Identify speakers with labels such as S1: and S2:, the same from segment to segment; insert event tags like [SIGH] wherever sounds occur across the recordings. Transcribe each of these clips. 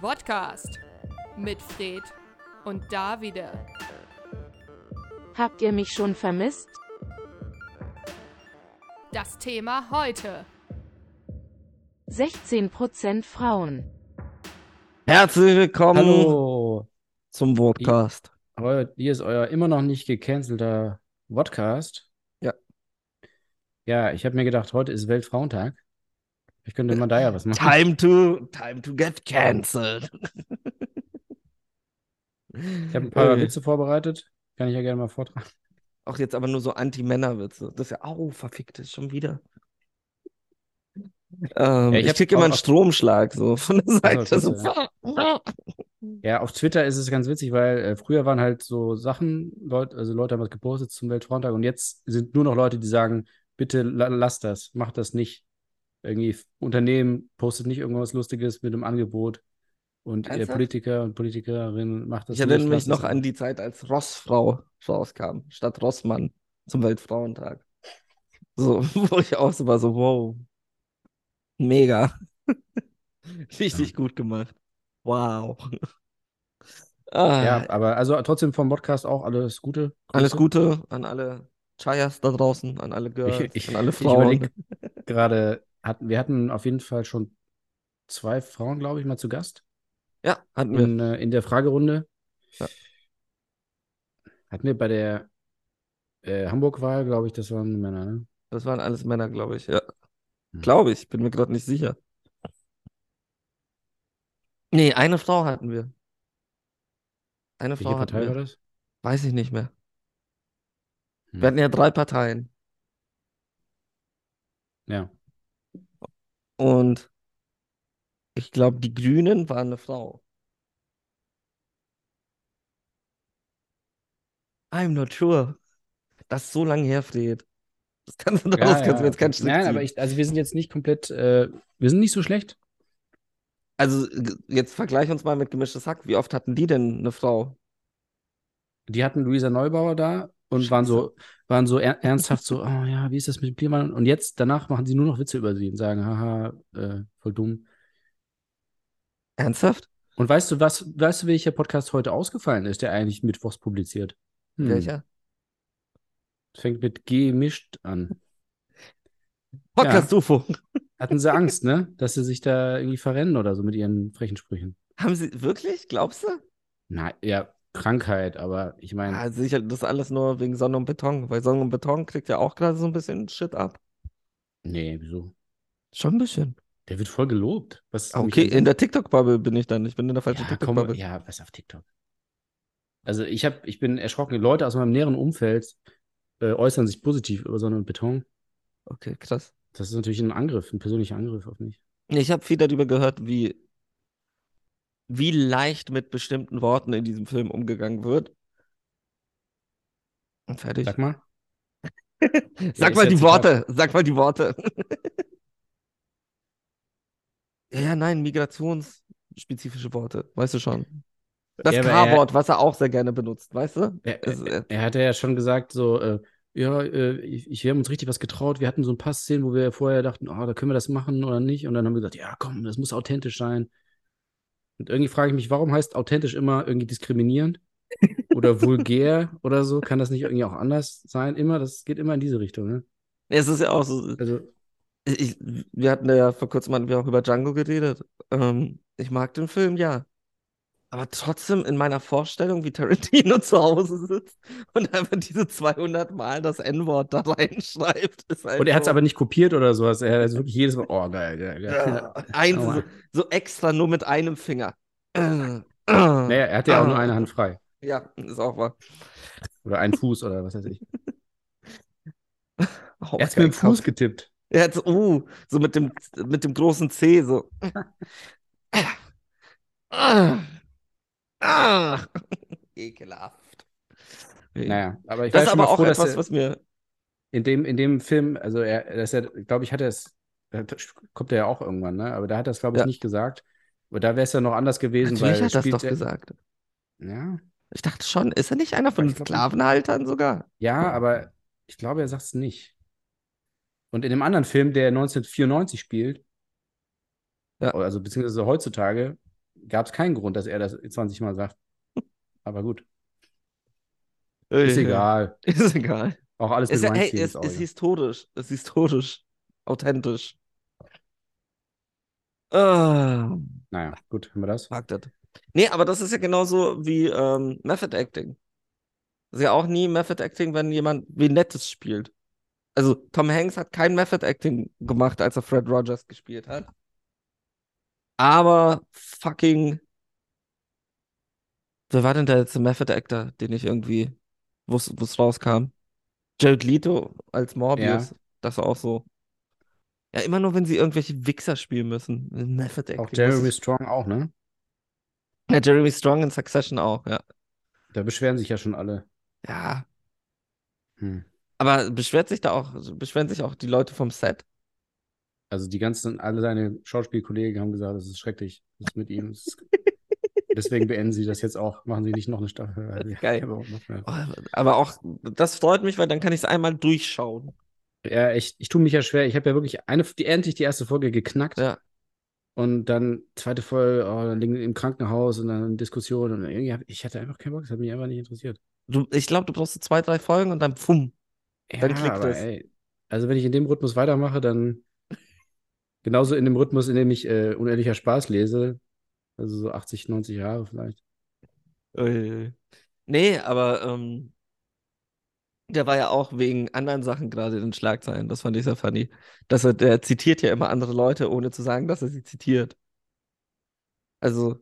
S1: Podcast mit Fred und Davide.
S2: Habt ihr mich schon vermisst?
S1: Das Thema heute.
S2: 16% Frauen.
S3: Herzlich willkommen
S4: Hallo.
S3: zum Podcast.
S4: Eu- Hier ist euer immer noch nicht gecancelter Podcast.
S3: Ja.
S4: Ja, ich habe mir gedacht, heute ist Weltfrauentag. Ich könnte mal da ja was machen.
S3: Time to time to get cancelled.
S4: Ich habe ein
S3: Äh.
S4: paar Witze vorbereitet. Kann ich ja gerne mal vortragen.
S3: Auch jetzt aber nur so Anti-Männer-Witze. Das ist ja, au, verfickt ist schon wieder. Ähm,
S4: Ja, ich
S3: ich
S4: hab
S3: kriege
S4: auch-
S3: immer einen Stromschlag so von der Seite.
S4: Also,
S3: So.
S4: das, Ja, auf Twitter ist es ganz witzig, weil äh, früher waren halt so Sachen, Leute, also Leute haben was gepostet zum Weltfrauentag und jetzt sind nur noch Leute, die sagen, bitte la lass das, mach das nicht. Irgendwie F- Unternehmen postet nicht irgendwas Lustiges mit einem Angebot und äh,
S3: Ernsthaft?
S4: Politiker und Politikerinnen macht das
S3: Ich erinnere
S4: nicht,
S3: mich
S4: lasst es
S3: noch an die Zeit, als Rossfrau rauskam, statt Rossmann zum Weltfrauentag. So, [LAUGHS] wo ich auch so war, so, wow. Mega. [LAUGHS] Richtig gut gemacht. Wow. Ah,
S4: Ja, aber also trotzdem vom Podcast auch alles Gute.
S3: alles
S4: Grüße.
S3: Gute an alle Chayas da draußen, an alle Girls,
S4: Ich- ich-
S3: an alle
S4: ich
S3: Frauen.
S4: überleg [LAUGHS] Gerade hatten wir hatten auf jeden Fall schon zwei Frauen, glaube ich, mal zu Gast
S3: Ja, hatten wir.
S4: in, äh, in der Fragerunde.
S3: Ja.
S4: Hatten wir bei der äh, Hamburg-Wahl, glaube ich, das waren Männer, ne?
S3: Das waren alles Männer, glaube ich. Ja.
S4: Hm.
S3: Glaube ich, bin mir gerade nicht sicher. Nee, eine Frau hatten wir. Eine
S4: Welche
S3: Frau hatten
S4: Partei
S3: wir.
S4: war das?
S3: Weiß ich nicht mehr.
S4: Hm.
S3: Wir hatten ja drei Parteien.
S4: Ja.
S3: Und ich glaube, die Grünen waren eine Frau. I'm not sure. Das ist so lange her, Fred. Das kannst du daraus,
S4: Ja,
S3: kannst
S4: ja,
S3: du mir jetzt keinen
S4: okay.
S3: Strick
S4: Nein,
S3: ziehen.
S4: aber ich, also wir sind jetzt nicht komplett, äh, wir sind nicht so schlecht.
S3: Also, g- jetzt vergleich uns mal mit gemischtes Hack. Wie oft hatten die denn eine Frau?
S4: die hatten Luisa Neubauer da und waren so, waren so er ernsthaft so, oh ja, wie ist das mit dem Kliman? Und jetzt, danach machen sie nur noch Witze über sie und sagen, haha, äh, voll dumm.
S3: Ernsthaft?
S4: Und weißt du, was, weißt du, welcher Podcast heute ausgefallen ist, der eigentlich mittwochs publiziert? Hm,
S3: Welcher?
S4: das Fängt mit gemischt an.
S3: Podcast-UFO.
S4: Hatten sie Angst, ne? Dass sie sich da irgendwie verrennen oder so mit ihren frechen Sprüchen.
S3: [LAUGHS] Haben sie wirklich? Glaubst du?
S4: Na, ja, Krankheit, aber ich meine,
S3: Ah, sicher, das ist alles nur wegen Sonne und Beton. Weil Sonne und Beton kriegt ja auch gerade so ein bisschen Shit ab.
S4: nee, wieso?
S3: Schon ein bisschen.
S4: Der wird voll gelobt. Was ist
S3: Ah,
S4: denn
S3: Okay,
S4: mit
S3: in der TikTok-Bubble bin ich dann. Ich bin in der falschen
S4: Ja, komm,
S3: TikTok-Bubble.
S4: ja, was auf TikTok. Also ich hab, ich bin erschrocken. Leute aus meinem näheren Umfeld äh, äußern sich positiv über Sonne und Beton.
S3: Okay, krass.
S4: Das ist natürlich ein Angriff, ein persönlicher Angriff auf mich.
S3: Ich habe viel darüber gehört, wie, wie leicht mit bestimmten Worten in diesem Film umgegangen wird. Und fertig.
S4: Sag mal. [LAUGHS] Ja,
S3: Sag
S4: ist
S3: mal
S4: ja
S3: die
S4: Zitat.
S3: Worte, sag mal die Worte. ja, ja, nein, migrationsspezifische Worte, weißt du schon. Das
S4: Ja, aber er-
S3: K-Wort, was er auch sehr gerne benutzt, weißt du?
S4: Er,
S3: Es-
S4: er, er hatte ja schon gesagt, so, äh, ja, äh, ich, ich, wir haben uns richtig was getraut. Wir hatten so ein paar Szenen, wo wir vorher dachten, ah, da können wir das machen oder nicht. Und dann haben wir gesagt, ja, komm, das muss authentisch sein. Und irgendwie frage ich mich, warum heißt authentisch immer irgendwie diskriminierend oder
S3: [LAUGHS]
S4: vulgär oder so? Kann das nicht irgendwie auch anders sein? Immer, das geht immer in diese Richtung, ne?
S3: es ist ja auch so,
S4: Also,
S3: ich, wir hatten ja vor kurzem hatten wir auch über Django geredet. Ähm, ich mag den Film, ja. Aber trotzdem in meiner Vorstellung, wie Tarantino [LAUGHS] zu Hause sitzt und einfach diese 200 Mal das N-Wort da reinschreibt, ist halt
S4: und er hat es
S3: so.
S4: aber nicht kopiert oder sowas. Er hat wirklich jedes Mal, oh, geil, geil, geil.
S3: Ja,
S4: [LAUGHS]
S3: eins, so,
S4: Aua.
S3: Äh, so extra nur mit einem Finger. Äh, äh,
S4: [CLEARS THROAT] Naja, er hat ja auch nur eine Hand frei.
S3: ja, ist auch wahr.
S4: Oder einen Fuß oder was weiß ich.
S3: Oh,
S4: Er hat es mit dem
S3: Gott,
S4: Fuß getippt.
S3: Er hat so, uh, so mit dem, mit dem großen C, so. [LAUGHS] Ah, ah. Ekelhaft.
S4: Naja, aber ich
S3: das
S4: war
S3: ist
S4: schon mal
S3: aber auch
S4: froh, dass
S3: etwas,
S4: er-
S3: was mir.
S4: In dem, in dem Film, also er, dass er, glaube ich, hat er es, da kommt er ja auch irgendwann, ne? Aber da hat er es, glaube ich,
S3: Ja.
S4: nicht gesagt. Aber da wäre es ja noch anders gewesen,
S3: Natürlich
S4: weil
S3: hat das
S4: spielt
S3: doch
S4: er,
S3: gesagt.
S4: ja,
S3: Ich dachte schon, ist er nicht einer von
S4: Ich
S3: den
S4: glaub nicht.
S3: Sklavenhaltern sogar?
S4: ja, aber ich glaube, er sagt es nicht. Und in dem anderen Film, der 1994 spielt,
S3: Ja.
S4: also beziehungsweise heutzutage, gab es keinen Grund, dass er das 20 Mal sagt.
S3: [LAUGHS]
S4: Aber gut, ist
S3: Ist
S4: egal.
S3: [LAUGHS] Ist egal.
S4: Auch alles mit
S3: Ist, ja- hey,
S4: Weinstein
S3: ist,
S4: ist, auch
S3: ist
S4: egal.
S3: historisch. Ist historisch. Authentisch. Ah,
S4: Naja, gut, haben wir das.
S3: fuck that. Nee, aber das ist ja genauso wie ähm, Method Acting. Ist ja auch nie Method Acting, wenn jemand wie Nettes spielt. Also Tom Hanks hat kein Method Acting gemacht, als er Fred Rogers gespielt hat. Aber fucking. Wer war denn der letzte Method Actor, den ich irgendwie, wo es rauskam? Jared Leto als Morbius. Das war auch so. Ja, immer nur, wenn sie irgendwelche Wichser spielen müssen. Method
S4: Auch
S3: Acting.
S4: Jeremy Strong auch, ne?
S3: Ja, Jeremy Strong in Succession auch, ja.
S4: Da beschweren sich ja schon alle.
S3: Ja.
S4: Hm.
S3: Aber beschwert sich da auch, beschweren sich auch die Leute vom Set?
S4: Also die ganzen, alle seine Schauspielkollegen haben gesagt, das ist schrecklich. Das ist mit ihm.
S3: [LAUGHS]
S4: Das ist... Deswegen beenden sie das jetzt auch. Machen sie nicht noch eine Staffel. Also, weil wir-
S3: Geil.
S4: aber auch noch mehr.
S3: Oh, Aber auch, das freut mich, weil dann kann ich es einmal durchschauen.
S4: Ja, ich, ich tue mich ja schwer. Ich habe ja wirklich eine, die, endlich die erste Folge geknackt.
S3: Ja.
S4: Und dann zweite Folge, oh, dann liegen die im Krankenhaus und dann Diskussion. Und irgendwie hab, ich hatte einfach keinen Bock. Das hat mich einfach nicht interessiert.
S3: Du, ich glaube, du brauchst so zwei, drei Folgen und dann pfumm. Dann
S4: Ja,
S3: klickt
S4: aber
S3: es.
S4: ey, also wenn ich in dem Rhythmus weitermache, dann genauso in dem Rhythmus, in dem ich äh, unehrlicher Spaß lese, also so 80, 90 Jahre vielleicht.
S3: Uiuiui. Nee, aber ähm, der war ja auch wegen anderen Sachen gerade in den Schlagzeilen. Das fand ich sehr funny. Dass er, der zitiert ja immer andere Leute, ohne zu sagen, dass er sie zitiert. Also,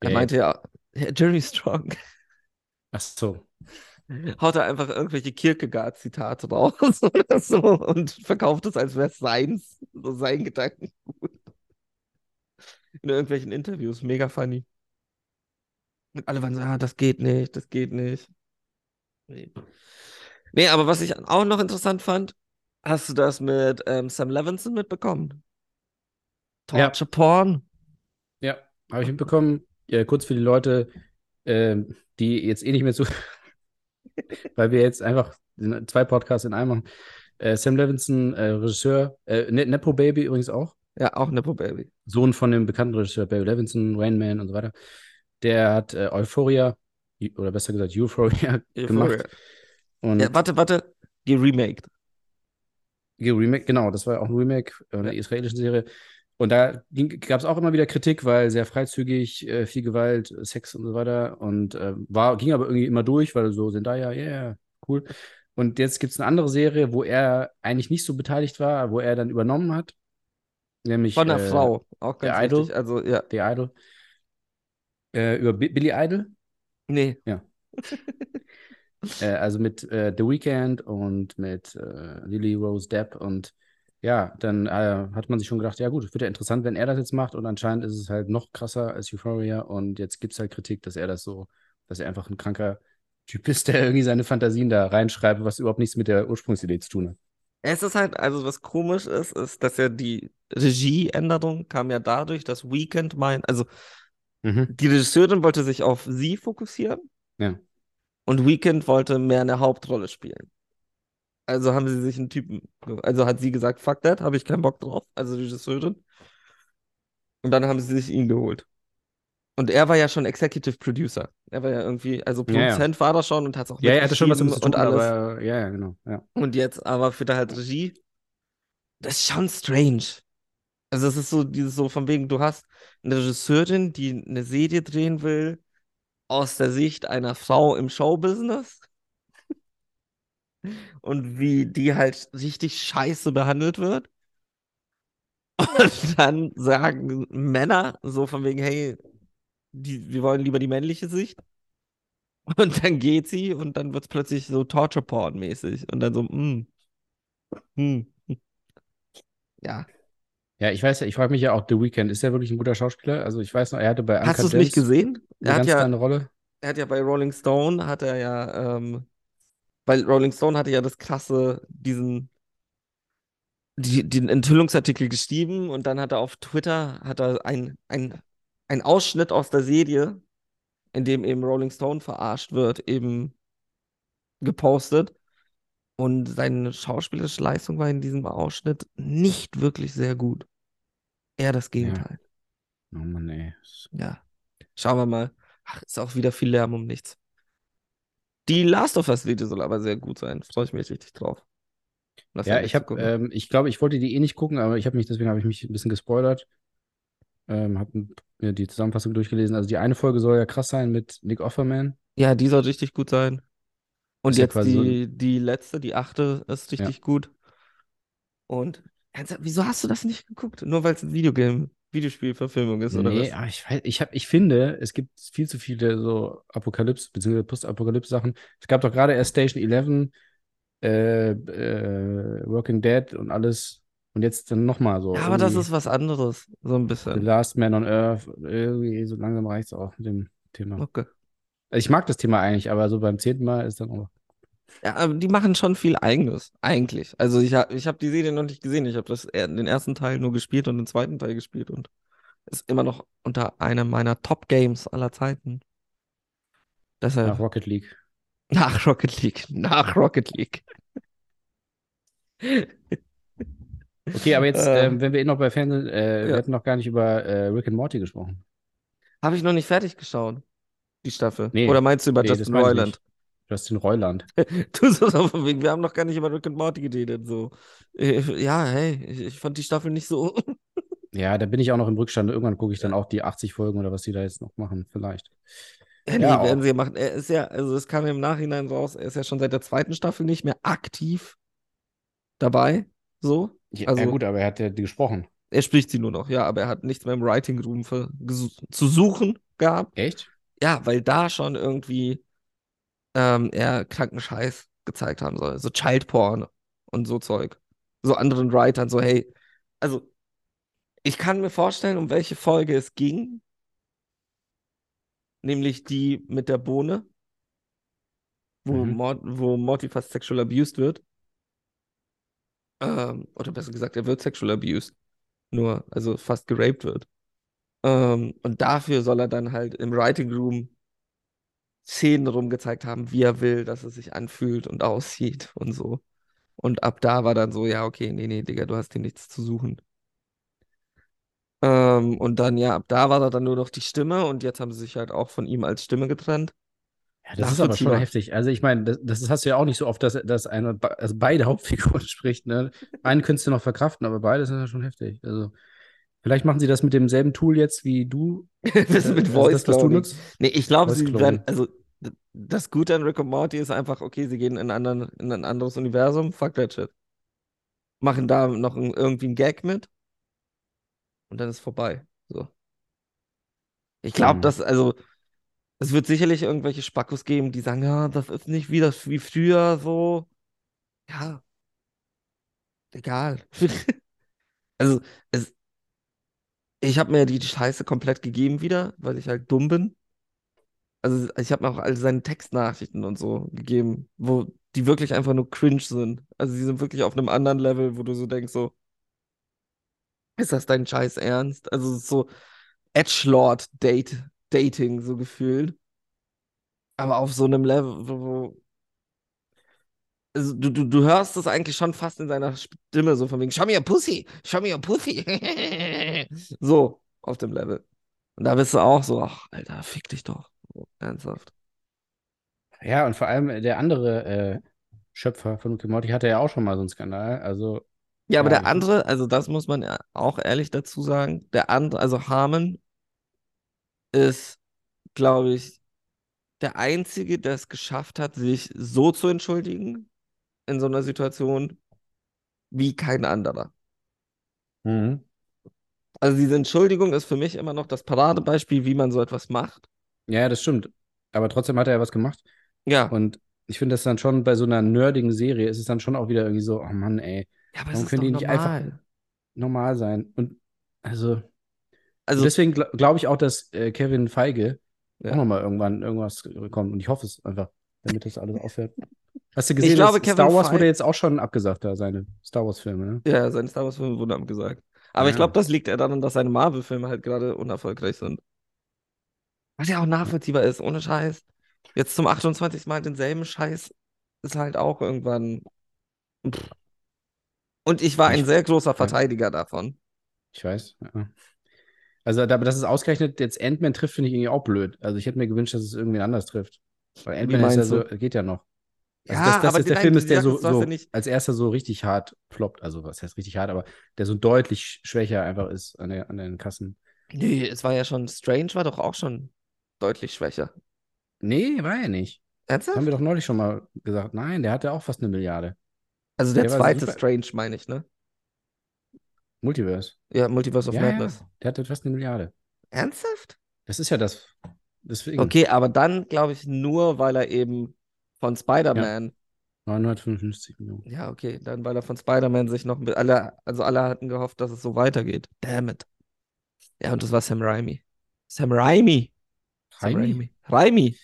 S3: er
S4: Wer
S3: meinte ja, ja, Jeremy Strong
S4: Ach so.
S3: haut da einfach irgendwelche Kierkegaard-Zitate raus [LAUGHS] oder so und verkauft es, als wäre es seins, so sein Gedankengut. In irgendwelchen Interviews, mega funny. Und alle waren so, ah, das geht nicht, das geht nicht. Nee. nee, aber was ich auch noch interessant fand, hast du das mit ähm, Sam Levinson mitbekommen?
S4: Ja.
S3: Torture Porn?
S4: Ja, habe ich mitbekommen. Ja, kurz für die Leute, ähm, die jetzt eh nicht mehr zu, [LAUGHS] weil wir jetzt einfach den- zwei Podcasts in einem machen. Äh, Sam Levinson, äh, Regisseur, äh, Ne- Nepo Baby übrigens auch.
S3: Ja, auch Nepo Baby.
S4: Sohn von dem bekannten Regisseur Barry Levinson, Rain Man und so weiter. Der hat äh, Euphoria, eu- oder besser gesagt Euphoria, [LAUGHS] gemacht. Und
S3: Ja, warte, warte, geremaked.
S4: ge- Remake, genau, das war ja auch ein Remake äh, einer
S3: Ja.
S4: israelischen Serie. Und da gab es auch immer wieder Kritik, weil sehr freizügig, äh, viel Gewalt, äh, Sex und so weiter. Und äh, war, ging aber irgendwie immer durch, weil so sind da ja, yeah, cool. Und jetzt gibt es eine andere Serie, wo er eigentlich nicht so beteiligt war, wo er dann übernommen hat. Nämlich
S3: Von der
S4: äh,
S3: Frau, auch
S4: der
S3: ganz
S4: Idol.
S3: wichtig. Also, ja,
S4: The Idol. Äh, über Bi- Billy Idol.
S3: nee.
S4: Äh, also mit äh, The Weeknd und mit äh, Lily Rose Depp und ja, dann äh, hat man sich schon gedacht, ja gut, wird ja interessant, wenn er das jetzt macht und anscheinend ist es halt noch krasser als Euphoria und jetzt gibt es halt Kritik, dass er das so, dass er einfach ein kranker Typ ist, der irgendwie seine Fantasien da reinschreibt, was überhaupt nichts mit der Ursprungsidee zu tun hat.
S3: Es ist halt, also was komisch ist, ist, dass ja die Regieänderung kam ja dadurch, dass Weekend mein, also die Regisseurin wollte sich auf sie fokussieren.
S4: Ja.
S3: Und Weekend wollte mehr eine Hauptrolle spielen. Also haben sie sich einen Typen, ge- also hat sie gesagt, fuck that, habe ich keinen Bock drauf, also die Regisseurin. Und dann haben sie sich ihn geholt. Und er war ja schon Executive Producer. Er war ja irgendwie, also
S4: Ja, ja.
S3: Produzent war er schon und hat es auch
S4: Ja, er hatte schon was damit zu
S3: mitgeschrieben
S4: tun,
S3: und alles.
S4: aber ja, ja, genau. Ja.
S3: Und jetzt aber für da halt Regie. Das ist schon strange. Also es ist so dieses so von wegen, du hast eine Regisseurin, die eine Serie drehen will, aus der Sicht einer Frau im Showbusiness. [LAUGHS] Und wie die halt richtig scheiße behandelt wird. Und dann sagen Männer so von wegen, hey, die, wir wollen lieber die männliche Sicht. Und dann geht sie und dann wird es plötzlich so Torture Porn mäßig. Und dann so, mm. Hm. Ja.
S4: ja, ich weiß ja, ich frage mich ja auch, The Weeknd, ist er wirklich ein guter Schauspieler? Also ich weiß noch, er hatte bei
S3: Hast du es
S4: Uncut
S3: nicht
S4: Gems
S3: gesehen?
S4: eine
S3: Er hat
S4: ganz
S3: ja,
S4: kleine Rolle.
S3: er hat ja bei Rolling Stone, hat er ja, ähm, weil Rolling Stone hatte ja das krasse, diesen, die, den Enthüllungsartikel geschrieben und dann hat er auf Twitter, hat er ein, ein, ein Ausschnitt aus der Serie, in dem eben Rolling Stone verarscht wird, eben gepostet. Und seine schauspielerische Leistung war in diesem Ausschnitt nicht wirklich sehr gut. Eher das Gegenteil.
S4: Oh Mann, ey.
S3: Ja. Schauen wir mal. Ach, ist auch wieder viel Lärm um nichts. Die Last of Us-Rede soll aber sehr gut sein. Freue ich mich richtig drauf. Lass
S4: Ja,
S3: mal
S4: ich habe,
S3: gucken.
S4: ähm, ich glaube, ich wollte die eh nicht gucken, aber ich habe mich, deswegen habe ich mich ein bisschen gespoilert. Ähm, habe mir die Zusammenfassung durchgelesen. Also die eine Folge soll ja krass sein mit Nick Offerman.
S3: Ja, die soll richtig gut sein. Und
S4: Ist ja
S3: jetzt
S4: quasi so
S3: die, die letzte, die achte, ist
S4: Ja.
S3: richtig gut. Und ernsthaft, wieso hast du das nicht geguckt? Nur weil es ein Videogame, Videospielverfilmung ist, oder
S4: Nee,
S3: was?
S4: aber ich weiß, ich habe, ich finde, es gibt viel zu viele so Apokalypse- bzw. Postapokalypse-Sachen. Es gab doch gerade erst Station 11, äh, äh, Working Dead und alles. Und jetzt dann nochmal so.
S3: Ja, aber das
S4: irgendwie
S3: ist was anderes, so ein
S4: The
S3: bisschen.
S4: Last Man on Earth. Irgendwie so langsam reicht's auch mit dem Thema.
S3: Okay.
S4: Also ich mag das Thema eigentlich, aber so beim zehnten Mal ist dann auch.
S3: Ja, aber die machen schon viel Eigenes, eigentlich. Also ich, ha- ich habe die Serie noch nicht gesehen. Ich habe das er- den ersten Teil nur gespielt und den zweiten Teil gespielt und ist immer noch unter einem meiner Top-Games aller Zeiten. Deshalb.
S4: Nach Rocket League.
S3: Nach Rocket League, nach Rocket League.
S4: Okay, aber jetzt,
S3: Äh,
S4: ähm, wenn wir eh noch bei Fernsehen, äh,
S3: ja.
S4: wir hatten noch gar nicht über äh, Rick and Morty gesprochen.
S3: Habe ich noch nicht fertig geschaut, die Staffel.
S4: Nee,
S3: Oder meinst du über
S4: Nee, das
S3: Justin
S4: meine ich
S3: Roiland?
S4: nicht. Justin Roiland.
S3: [LAUGHS] Du so so von wegen, wir haben noch gar nicht über Rick and Morty geredet. So. Äh, Ja, hey, ich, ich fand die Staffel nicht so.
S4: Ja, da bin ich auch noch im Rückstand. Irgendwann gucke ich dann auch die 80 Folgen oder was die da jetzt noch machen, vielleicht.
S3: Ja, nee,
S4: Ja, auch.
S3: werden sie ja machen. Er ist ja, also es kam ja im Nachhinein raus, er ist ja schon seit der zweiten Staffel nicht mehr aktiv dabei. So.
S4: Ja,
S3: Also-
S4: ja gut, aber er hat ja die gesprochen.
S3: Er spricht sie nur noch, ja, aber er hat nichts mehr im Writing Room für, gesu- zu suchen gehabt.
S4: Echt?
S3: Ja, weil da schon irgendwie ähm, er kranken Scheiß gezeigt haben soll. So Child Porn und so Zeug. So anderen Writern, so hey, also ich kann mir vorstellen, um welche Folge es ging. Nämlich die mit der Bohne, wo,
S4: Mhm.
S3: Mort wo Morty fast sexual abused wird. Ähm, oder besser gesagt, er wird sexual abused. Nur, also fast geraped wird. Ähm, und dafür soll er dann halt im Writing Room Szenen rumgezeigt haben, wie er will, dass es sich anfühlt und aussieht und so. Und ab da war dann so, ja, okay, nee, nee, Digga, du hast hier nichts zu suchen. Ähm, und dann, ja, ab da war da dann nur noch die Stimme und jetzt haben sie sich halt auch von ihm als Stimme getrennt. [LAUGHS]
S4: Ja, das ist aber schon
S3: Nachvollziehbar.
S4: heftig. Also ich meine, das, das hast du ja auch nicht so oft, dass, dass einer, be- also beide [LAUGHS] Hauptfiguren spricht. Ne? Einen könntest du noch verkraften, aber beide sind ja schon heftig. Also vielleicht machen sie das mit demselben Tool jetzt wie du.
S3: Das
S4: äh,
S3: mit
S4: also
S3: Voice
S4: das, was du
S3: Cloning.
S4: nutzt.
S3: Nee, ich glaube,
S4: Voice
S3: sie
S4: Cloning.
S3: werden, also d- das Gute an Rick und Morty ist einfach, okay, sie gehen in, anderen, in ein anderes Universum, fuck that shit. Machen da noch ein, irgendwie einen Gag mit und dann ist vorbei. So. Ich glaube,
S4: Mhm.
S3: dass, also, es wird sicherlich irgendwelche Spackos geben, die sagen, ja, das ist nicht wie das wie früher so. Ja. Egal. [LAUGHS] Also, es, ich habe mir die Scheiße komplett gegeben wieder, weil ich halt dumm bin. Also, ich habe mir auch all seine Textnachrichten und so gegeben, wo die wirklich einfach nur cringe sind. Also, die sind wirklich auf einem anderen Level, wo du so denkst, so, ist das dein Scheiß Ernst? Also, es ist so Edgelord Date, Dating, so gefühlt. Aber auf so einem Level, wo, wo also du, du, du hörst es eigentlich schon fast in seiner Stimme, so von wegen, schau mir ihr Pussy, schau mir ihr Pussy. [LAUGHS] so, auf dem Level. Und da bist du auch so, ach, Alter, fick dich doch. So, Ernsthaft.
S4: Ja, und vor allem äh, der andere äh, Schöpfer von Rick and Morty hatte ja auch schon mal so einen Skandal. Also,
S3: Ja, aber
S4: Ja,
S3: der
S4: das ist-
S3: andere, also das muss man ja auch ehrlich dazu sagen, der andere, also Harmon ist, glaube ich, der Einzige, der es geschafft hat, sich so zu entschuldigen in so einer Situation wie kein anderer. Mhm. Also diese Entschuldigung ist für mich immer noch das Paradebeispiel, wie man so etwas macht.
S4: ja, das stimmt. Aber trotzdem hat er ja was gemacht.
S3: Ja.
S4: Und ich finde das dann schon bei so einer nerdigen Serie ist es dann schon auch wieder irgendwie so, oh Mann, ey,
S3: Ja, aber
S4: Warum können die nicht einfach- normal sein. Und also,
S3: Also,
S4: deswegen gl glaube ich auch, dass äh, Kevin Feige
S3: Ja.
S4: auch nochmal irgendwann irgendwas kommt. Und ich hoffe es einfach, damit das
S3: [LAUGHS]
S4: alles aufhört. Hast du gesehen,
S3: glaube,
S4: dass
S3: Kevin
S4: Star Wars
S3: Feige-
S4: wurde jetzt auch schon abgesagt, da seine Star Wars-Filme, ne?
S3: ja, seine Star Wars-Filme wurden abgesagt. Aber ich
S4: Ja.
S3: glaube, das liegt eher daran, dass seine Marvel-Filme halt gerade unerfolgreich sind. Was ja auch nachvollziehbar ist, ohne Scheiß. Jetzt zum 28. Mal denselben Scheiß ist halt auch irgendwann. Pff. Und ich war ein
S4: Ich-
S3: sehr großer Verteidiger davon.
S4: Ich weiß. Ja. Also, aber dass es ausgerechnet jetzt Ant-Man trifft, finde ich irgendwie auch blöd. Also, ich hätte mir gewünscht, dass es irgendwie anders trifft. Weil Ant-Man ist ja
S3: meinst
S4: so, geht ja noch. Also, das, das ist der Film, ist, der so,
S3: das
S4: so
S3: ja nicht.
S4: als erster so richtig hart ploppt. Also, was heißt richtig hart, aber der so deutlich schwächer einfach ist an, der, an den Kassen.
S3: Nee, es war ja schon, Strange war doch auch schon deutlich schwächer.
S4: Nee, war er nicht. Das haben
S3: Ernsthaft?
S4: wir doch neulich schon mal gesagt. Nein, der hatte auch fast eine Milliarde.
S3: Also der
S4: der war
S3: zweite
S4: super.
S3: Strange, meine ich, ne?
S4: Multiverse.
S3: Ja, Multiverse of
S4: Ja, ja,
S3: Madness.
S4: der hatte fast eine Milliarde.
S3: Ernsthaft?
S4: Das ist ja das. Deswegen.
S3: Okay, aber dann glaube ich nur, weil er eben von Spider-Man.
S4: 955 Millionen.
S3: Ja. okay, dann weil er von Spider-Man sich noch ein bi- alle, also alle hatten gehofft, dass es so weitergeht. Damn it. Ja, und das war Sam Raimi. Sam Raimi. Sam
S4: Raimi?
S3: Raimi. Raimi.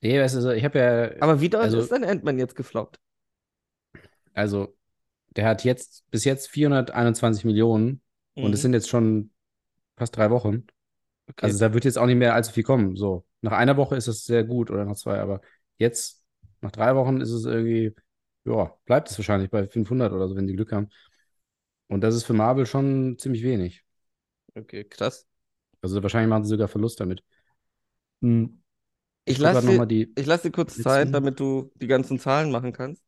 S4: Nee, weißt du, also ich habe ja.
S3: Aber wie doll
S4: Also-
S3: ist denn Ant-Man jetzt gefloppt?
S4: Also, der hat jetzt bis jetzt 421 Millionen und es sind jetzt schon fast drei Wochen.
S3: Mhm. okay.
S4: Also, da wird jetzt auch nicht mehr allzu viel kommen. So, nach einer Woche ist es sehr gut oder nach zwei, aber jetzt, nach drei Wochen, ist es irgendwie, ja, bleibt es wahrscheinlich bei 500 oder so, wenn die Glück haben. Und das ist für Marvel schon ziemlich wenig.
S3: okay, krass.
S4: Also, wahrscheinlich machen sie sogar Verlust damit.
S3: Mhm. Ich
S4: guck grad
S3: lasse
S4: noch mal
S3: dir,
S4: die.
S3: ich lass dir kurz
S4: Sitzen.
S3: Zeit, damit du die ganzen Zahlen machen kannst.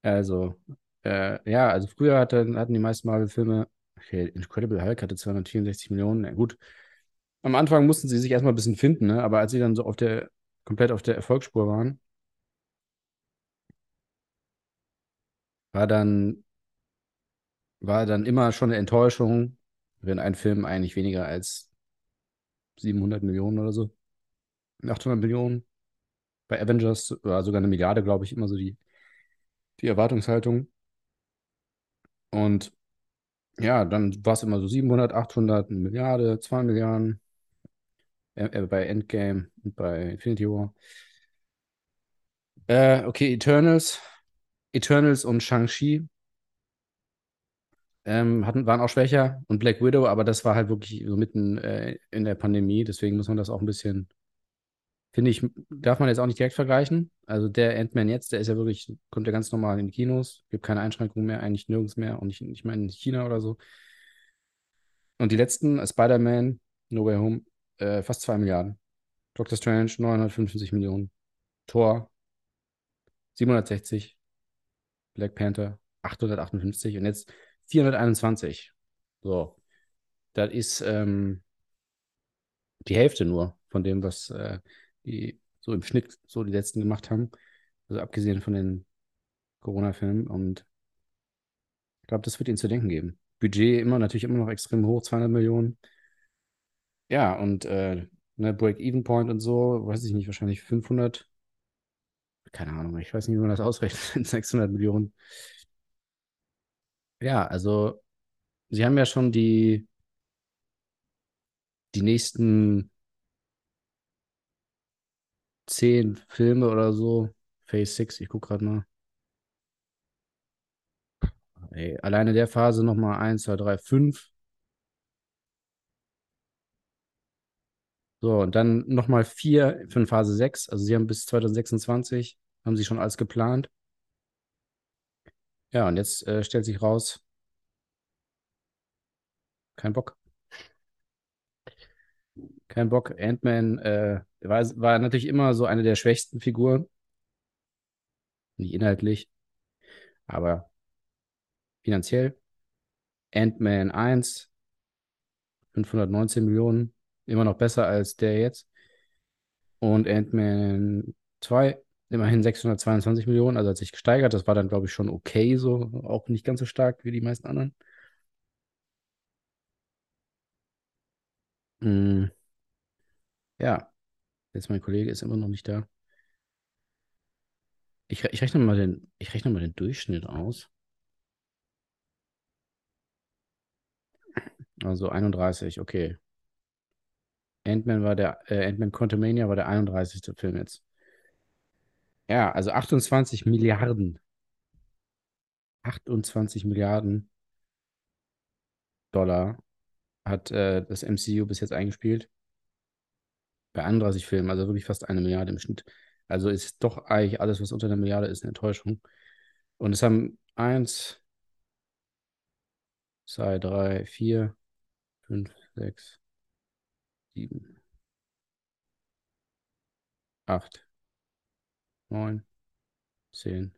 S4: Also, äh, ja, also früher hatte, hatten die meisten Marvel-Filme, okay, Incredible Hulk hatte 264 Millionen, na gut. Am Anfang mussten sie sich erstmal ein bisschen finden, ne? Aber als sie dann so auf der, komplett auf der Erfolgsspur waren, war dann, war dann immer schon eine Enttäuschung, wenn ein Film eigentlich weniger als 700 Millionen oder so, 800 Millionen. Bei Avengers war sogar eine Milliarde, glaube ich, immer so die die Erwartungshaltung. Und ja, dann war es immer so 700, 800, eine Milliarde, 2 Milliarden äh, äh, bei Endgame und bei Infinity War. Äh, okay, Eternals. Eternals und Shang-Chi ähm, hatten, waren auch schwächer und Black Widow, aber das war halt wirklich so mitten äh, in der Pandemie, deswegen muss man das auch ein bisschen, finde ich, darf man jetzt auch nicht direkt vergleichen. Also der Ant-Man jetzt, der ist ja wirklich, kommt ja ganz normal in die Kinos, gibt keine Einschränkungen mehr, eigentlich nirgends mehr und ich, ich meine in China oder so. Und die letzten, äh, Spider-Man, No Way Home, äh, fast 2 Milliarden. Doctor Strange, 955 Millionen. Thor, 760. Black Panther, 858. Und jetzt 421. So. Das ist ähm, die Hälfte nur von dem, was äh, die so im Schnitt so die letzten gemacht haben. Also abgesehen von den Corona-Filmen. Und ich glaube, das wird ihnen zu denken geben. Budget immer natürlich immer noch extrem hoch, 200 Millionen. Ja, und äh, ne, Break-Even-Point und so, weiß ich nicht, wahrscheinlich 500. Keine Ahnung, ich weiß nicht, wie man das ausrechnet. [LAUGHS] 600 Millionen. Ja, also sie haben ja schon die, die nächsten zehn Filme oder so. Phase 6, ich guck gerade mal. Ey, alleine der Phase nochmal 1, 2, 3, 5. So, und dann nochmal 4 für Phase 6. Also sie haben bis 2026, haben sie schon alles geplant. Ja, und jetzt äh, stellt sich raus, kein Bock. Kein Bock. Ant-Man äh, war, war natürlich immer so eine der schwächsten Figuren. Nicht inhaltlich, aber finanziell. Ant-Man 1, 519 Millionen, immer noch besser als der jetzt. Und Ant-Man 2, immerhin 622 Millionen, also hat sich gesteigert. Das war dann, glaube ich, schon okay so, auch nicht ganz so stark wie die meisten anderen. Mm. Ja, jetzt mein Kollege ist immer noch nicht da. Ich, re- ich rechne mal den, ich rechne mal den Durchschnitt aus. Also 31, okay. Ant-Man war der, äh, Ant-Man Quantumania war der 31. Film jetzt. Ja, also 28 Milliarden. 28 Milliarden Dollar hat äh, das MCU bis jetzt eingespielt. Bei 31 Filmen, also wirklich fast eine Milliarde im Schnitt. Also ist doch eigentlich alles, was unter einer Milliarde ist, eine Enttäuschung. Und es haben eins, zwei, drei, vier, fünf, sechs, sieben, acht, neun, zehn.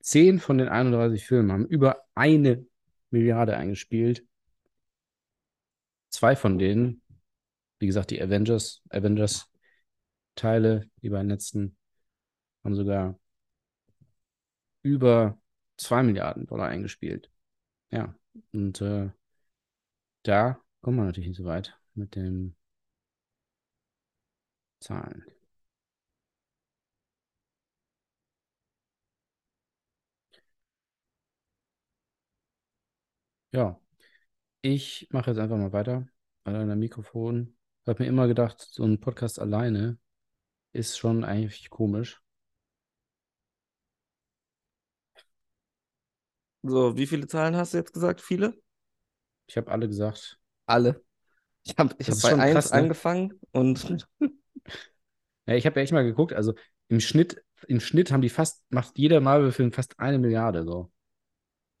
S4: Zehn von den 31 Filmen haben über eine Milliarde eingespielt. Zwei von denen, wie gesagt, die Avengers, Avengers Teile, die beiden letzten, haben sogar über 2 Milliarden Dollar eingespielt. Ja, und äh, da kommt man natürlich nicht so weit mit den Zahlen. Ja, ich mache jetzt einfach mal weiter. Allein am Mikrofon. Ich habe mir immer gedacht, so ein Podcast alleine ist schon eigentlich komisch.
S3: So, wie viele Zahlen hast du jetzt gesagt? Viele?
S4: Ich habe alle gesagt.
S3: Alle. Ich habe ich hab
S4: Das ist
S3: bei
S4: schon
S3: 1
S4: krass, ne?
S3: angefangen und
S4: Ja, ich habe ja echt mal geguckt, also im Schnitt, im Schnitt haben die fast, macht jeder Marvel-Film fast eine Milliarde so.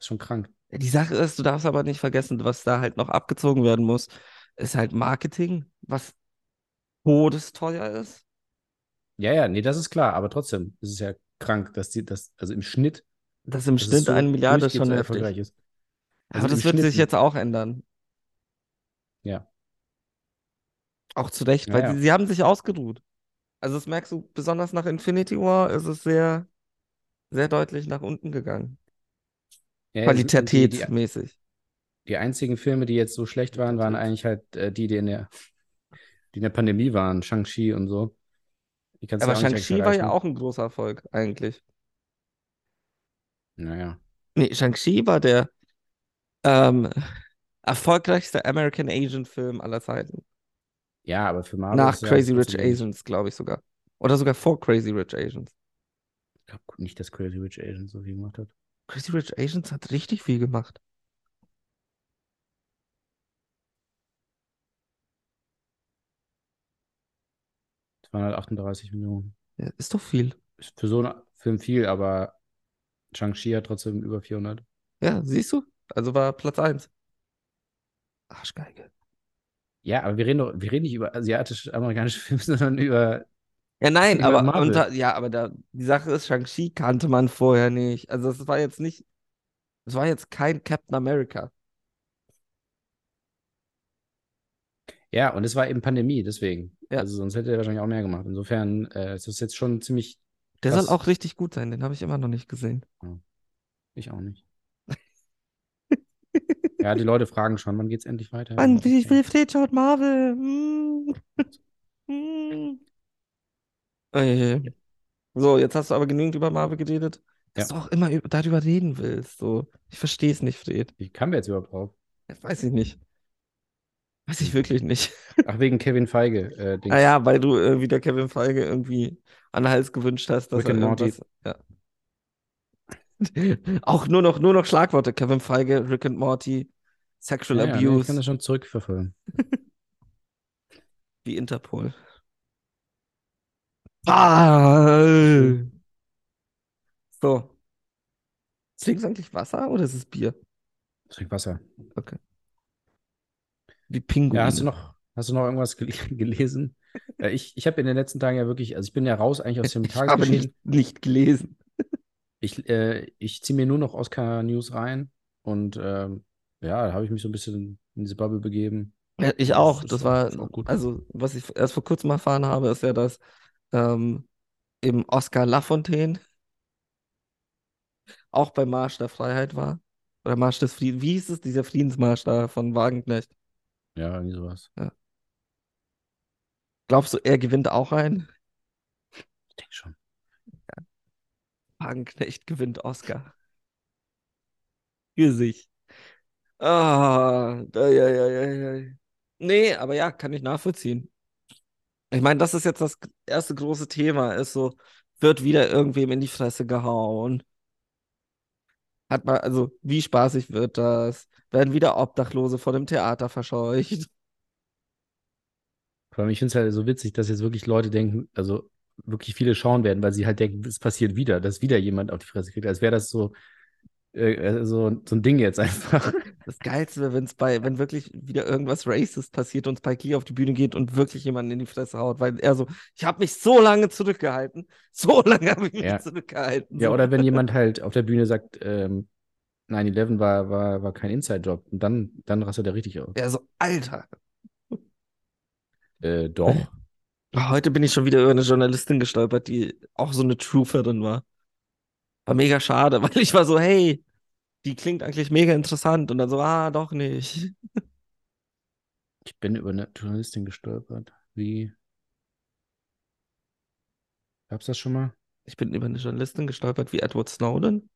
S4: Ist schon krank.
S3: die Sache ist, du darfst aber nicht vergessen, was da halt noch abgezogen werden muss, ist halt Marketing, was todesteuer ist.
S4: Ja, ja, nee, das ist klar, aber trotzdem ist es ja krank, dass die, das, also im Schnitt,
S3: Das im
S4: dass es
S3: Schnitt
S4: so
S3: eine Milliarde ist
S4: durchgehend
S3: schon
S4: so
S3: heftig.
S4: erfolgreich ist. Also
S3: aber das
S4: im
S3: wird sich
S4: Schnitt-
S3: jetzt auch ändern.
S4: Ja.
S3: Auch zu Recht,
S4: Ja,
S3: weil
S4: ja.
S3: Die, sie haben sich ausgeruht. Also das merkst du, besonders nach Infinity War ist es sehr, sehr deutlich nach unten gegangen.
S4: Ja, ja, die- die, die,
S3: Qualitätsmäßig.
S4: die einzigen Filme, die jetzt so schlecht waren, waren eigentlich halt äh, die, die in der, die in der Pandemie waren, Shang-Chi und so. Die kannst du
S3: Aber
S4: ja auch nicht direkt
S3: Shang-Chi war ja
S4: vergleichen.
S3: auch ein großer Erfolg, eigentlich.
S4: Naja.
S3: Nee, Shang-Chi war der ähm, erfolgreichste American Asian Film aller Zeiten.
S4: Ja, aber für Marvel
S3: Nach
S4: Ah, ist ja
S3: Crazy Rich
S4: trotzdem-
S3: Asians, glaube ich sogar. Oder sogar vor Crazy Rich Asians.
S4: Ich glaube nicht, dass Crazy Rich Asians so viel gemacht hat.
S3: Crazy Rich Asians hat richtig viel gemacht.
S4: Es waren halt 38 Millionen.
S3: Ja, ist doch viel.
S4: ist für so einen Film viel, aber Shang-Chi hat trotzdem über 400.
S3: Ja, siehst du? Also war Platz 1. Arschgeige.
S4: Ja, aber wir reden doch, wir reden nicht über asiatisch-amerikanische [LAUGHS] Filme, sondern über.
S3: Ja, nein,
S4: Über
S3: aber,
S4: Marvel.
S3: und da, ja, aber da, die Sache ist, Shang-Chi kannte man vorher nicht. Also es war jetzt nicht, es war jetzt kein Captain America.
S4: Ja, und es war eben Pandemie, deswegen.
S3: Ja.
S4: Also sonst hätte er wahrscheinlich auch mehr gemacht. Insofern äh, ist das jetzt schon ziemlich.
S3: Der
S4: Was-
S3: soll auch richtig gut sein, den habe ich immer noch nicht gesehen.
S4: Ich
S3: [LAUGHS]
S4: auch nicht. ja, die Leute fragen schon, wann geht's endlich weiter?
S3: Mann, wie Wilfried schaut Marvel. Hm. Hm. Ey. So, jetzt hast du aber genügend über Marvel geredet, dass du auch immer über- darüber reden willst. So. Ich verstehe es nicht, Fred.
S4: Wie kamen wir jetzt überhaupt drauf?
S3: Das weiß ich nicht. Weiß ich wirklich nicht.
S4: [LAUGHS] Ach, wegen Kevin Feige. Äh, Dings.
S3: Ah ja, weil du äh, wieder Kevin Feige irgendwie an den Hals gewünscht hast, dass
S4: Rick
S3: er
S4: and Morty.
S3: irgendwas. Ja. [LAUGHS] Auch nur noch, nur noch Schlagworte. Kevin Feige, Rick and Morty, Sexual
S4: ja, ja, nee, ich
S3: Abuse,
S4: kann das schon zurückverfolgen.
S3: wie Interpol. Ah! So. Trinkst du eigentlich Wasser oder ist es Bier?
S4: Trink Wasser.
S3: Wie Pinguin.
S4: Ja, hast du noch, hast du noch irgendwas gel [LAUGHS] gelesen? Äh, ich ich habe in den letzten Tagen ja wirklich, also ich bin ja raus eigentlich aus dem
S3: [LAUGHS] Ich habe
S4: Tagesgeschehen.
S3: nicht, nicht gelesen.
S4: Ich, äh, ich ziehe mir nur noch Oscar-News rein und ähm, ja, da habe ich mich so ein bisschen in diese Bubble begeben.
S3: Ja, ich
S4: Das
S3: auch.
S4: ist
S3: Das
S4: auch-
S3: war,
S4: ist auch gut.
S3: also, was ich erst vor kurzem erfahren habe, ist ja, dass ähm, eben Oscar Lafontaine auch beim Marsch der Freiheit war. Oder Marsch des Friedens. Wie hieß es, dieser Friedensmarsch da von Wagenknecht?
S4: Ja, irgendwie sowas.
S3: Glaubst du, er gewinnt auch ein?
S4: Ich denke schon.
S3: Wagenknecht gewinnt Oscar. Für sich. Ah, da, ja, ja, ja, ja. Nee, aber ja, kann ich nachvollziehen. Ich meine, das ist jetzt das erste große Thema, ist so, wird wieder irgendwem in die Fresse gehauen. Hat man, also, wie spaßig wird das? Werden wieder Obdachlose vor dem Theater verscheucht?
S4: Vor allem, ich finde es halt so witzig, dass jetzt wirklich Leute denken, also wirklich viele schauen werden, weil sie halt denken, es passiert wieder, dass wieder jemand auf die Fresse kriegt. Als wäre das so äh, so, so ein Ding jetzt einfach.
S3: Das Geilste wäre, wenn's bei, wenn wirklich wieder irgendwas Racist passiert und Spike Lee auf die Bühne geht und wirklich jemanden in die Fresse haut, weil er so, ich habe mich so lange zurückgehalten, [LAUGHS] so lange habe ich mich
S4: Ja.
S3: zurückgehalten.
S4: Ja,
S3: so.
S4: oder
S3: [LAUGHS]
S4: wenn [LAUGHS] jemand halt auf der Bühne sagt, ähm, 9-11 war, war, war kein Inside-Job, und dann, dann rastet er richtig aus.
S3: Ja, so, Alter.
S4: Äh, doch.
S3: Heute bin ich schon wieder über eine Journalistin gestolpert, die auch so eine Trutherin war. War mega schade, [LAUGHS] weil ich war so, hey, die klingt eigentlich mega interessant. Und dann so, ah, doch nicht.
S4: [LAUGHS] Ich bin über eine Journalistin gestolpert. Wie? Gab's das schon mal?
S3: Ich bin über eine Journalistin gestolpert wie Edward Snowden.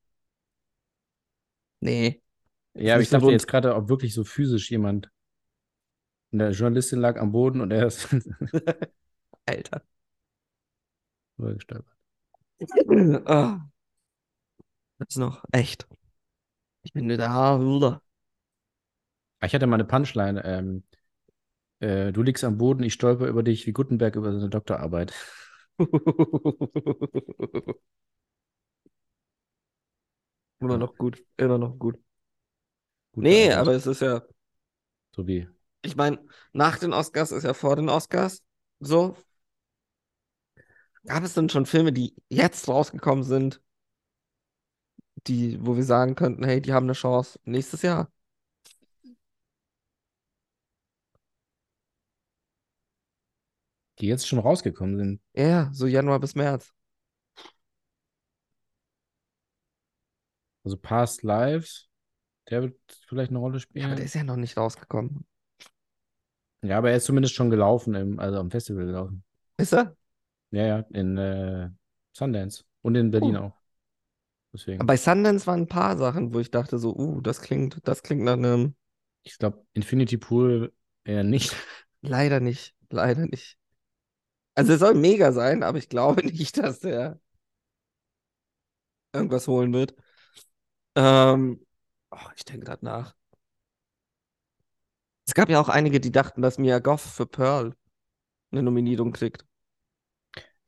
S3: Nee.
S4: Ja, aber
S3: nicht
S4: ich
S3: so
S4: dachte
S3: rund.
S4: jetzt gerade, ob wirklich so physisch jemand. Und der Journalistin lag am Boden und er ist [LAUGHS]
S3: Alter.
S4: drüber gestolpert.
S3: Ah. Was noch? Echt. Ich bin wieder ah, Bruder.
S4: Ah, Ich hatte mal eine Punchline. Ähm, äh, du liegst am Boden, ich stolper über dich wie Gutenberg über seine Doktorarbeit.
S3: [LAUGHS]
S4: [LAUGHS]
S3: Immer noch gut. Immer noch gut.
S4: Gute
S3: Nee,
S4: Arbeit,
S3: aber es ist ja.
S4: So wie.
S3: Ich meine, nach den Oscars ist ja vor den Oscars. So. Gab es denn schon Filme, die jetzt rausgekommen sind, die, wo wir sagen könnten, hey, die haben eine Chance nächstes Jahr?
S4: Die jetzt schon rausgekommen sind.
S3: Ja, so Januar bis März.
S4: Also Past Lives, der wird vielleicht eine Rolle
S3: Ja, aber der
S4: spielen.
S3: ist ja noch nicht rausgekommen.
S4: Ja, aber er ist zumindest schon gelaufen, im, also am Festival gelaufen.
S3: Ist er?
S4: Ja, ja, in äh, Sundance und in Berlin auch. Deswegen,
S3: Aber bei Sundance waren ein paar Sachen, wo ich dachte so, uh, das klingt, das klingt nach einem.
S4: ich glaube, Infinity Pool eher nicht.
S3: Leider nicht. Leider nicht. Also es soll mega sein, aber ich glaube [LAUGHS] nicht, dass er irgendwas holen wird. Ähm, oh, ich denke gerade nach. Es gab ja auch einige, die dachten, dass Mia Goff für Pearl eine Nominierung kriegt.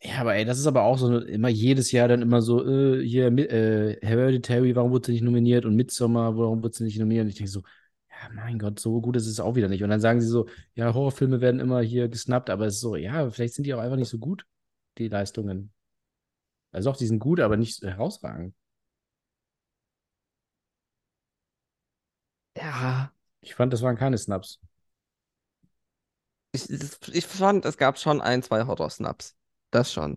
S4: Ja, aber ey, das ist aber auch so eine, immer jedes Jahr dann immer so, äh, hier, Mi- äh, Hereditary, warum wurde sie nicht nominiert? Und Midsommar, warum wurde sie nicht nominiert? Und ich denke so, ja, mein Gott, so gut ist es auch wieder nicht. Und dann sagen sie so, ja, Horrorfilme werden immer hier gesnappt, aber es ist so, ja, vielleicht sind die auch einfach nicht so gut, die Leistungen. Also doch, die sind gut, aber nicht herausragend.
S3: Ja.
S4: Ich fand, das waren keine Snaps.
S3: Ich, es- ich fand, es gab schon ein, zwei Horror-Snaps. Das schon.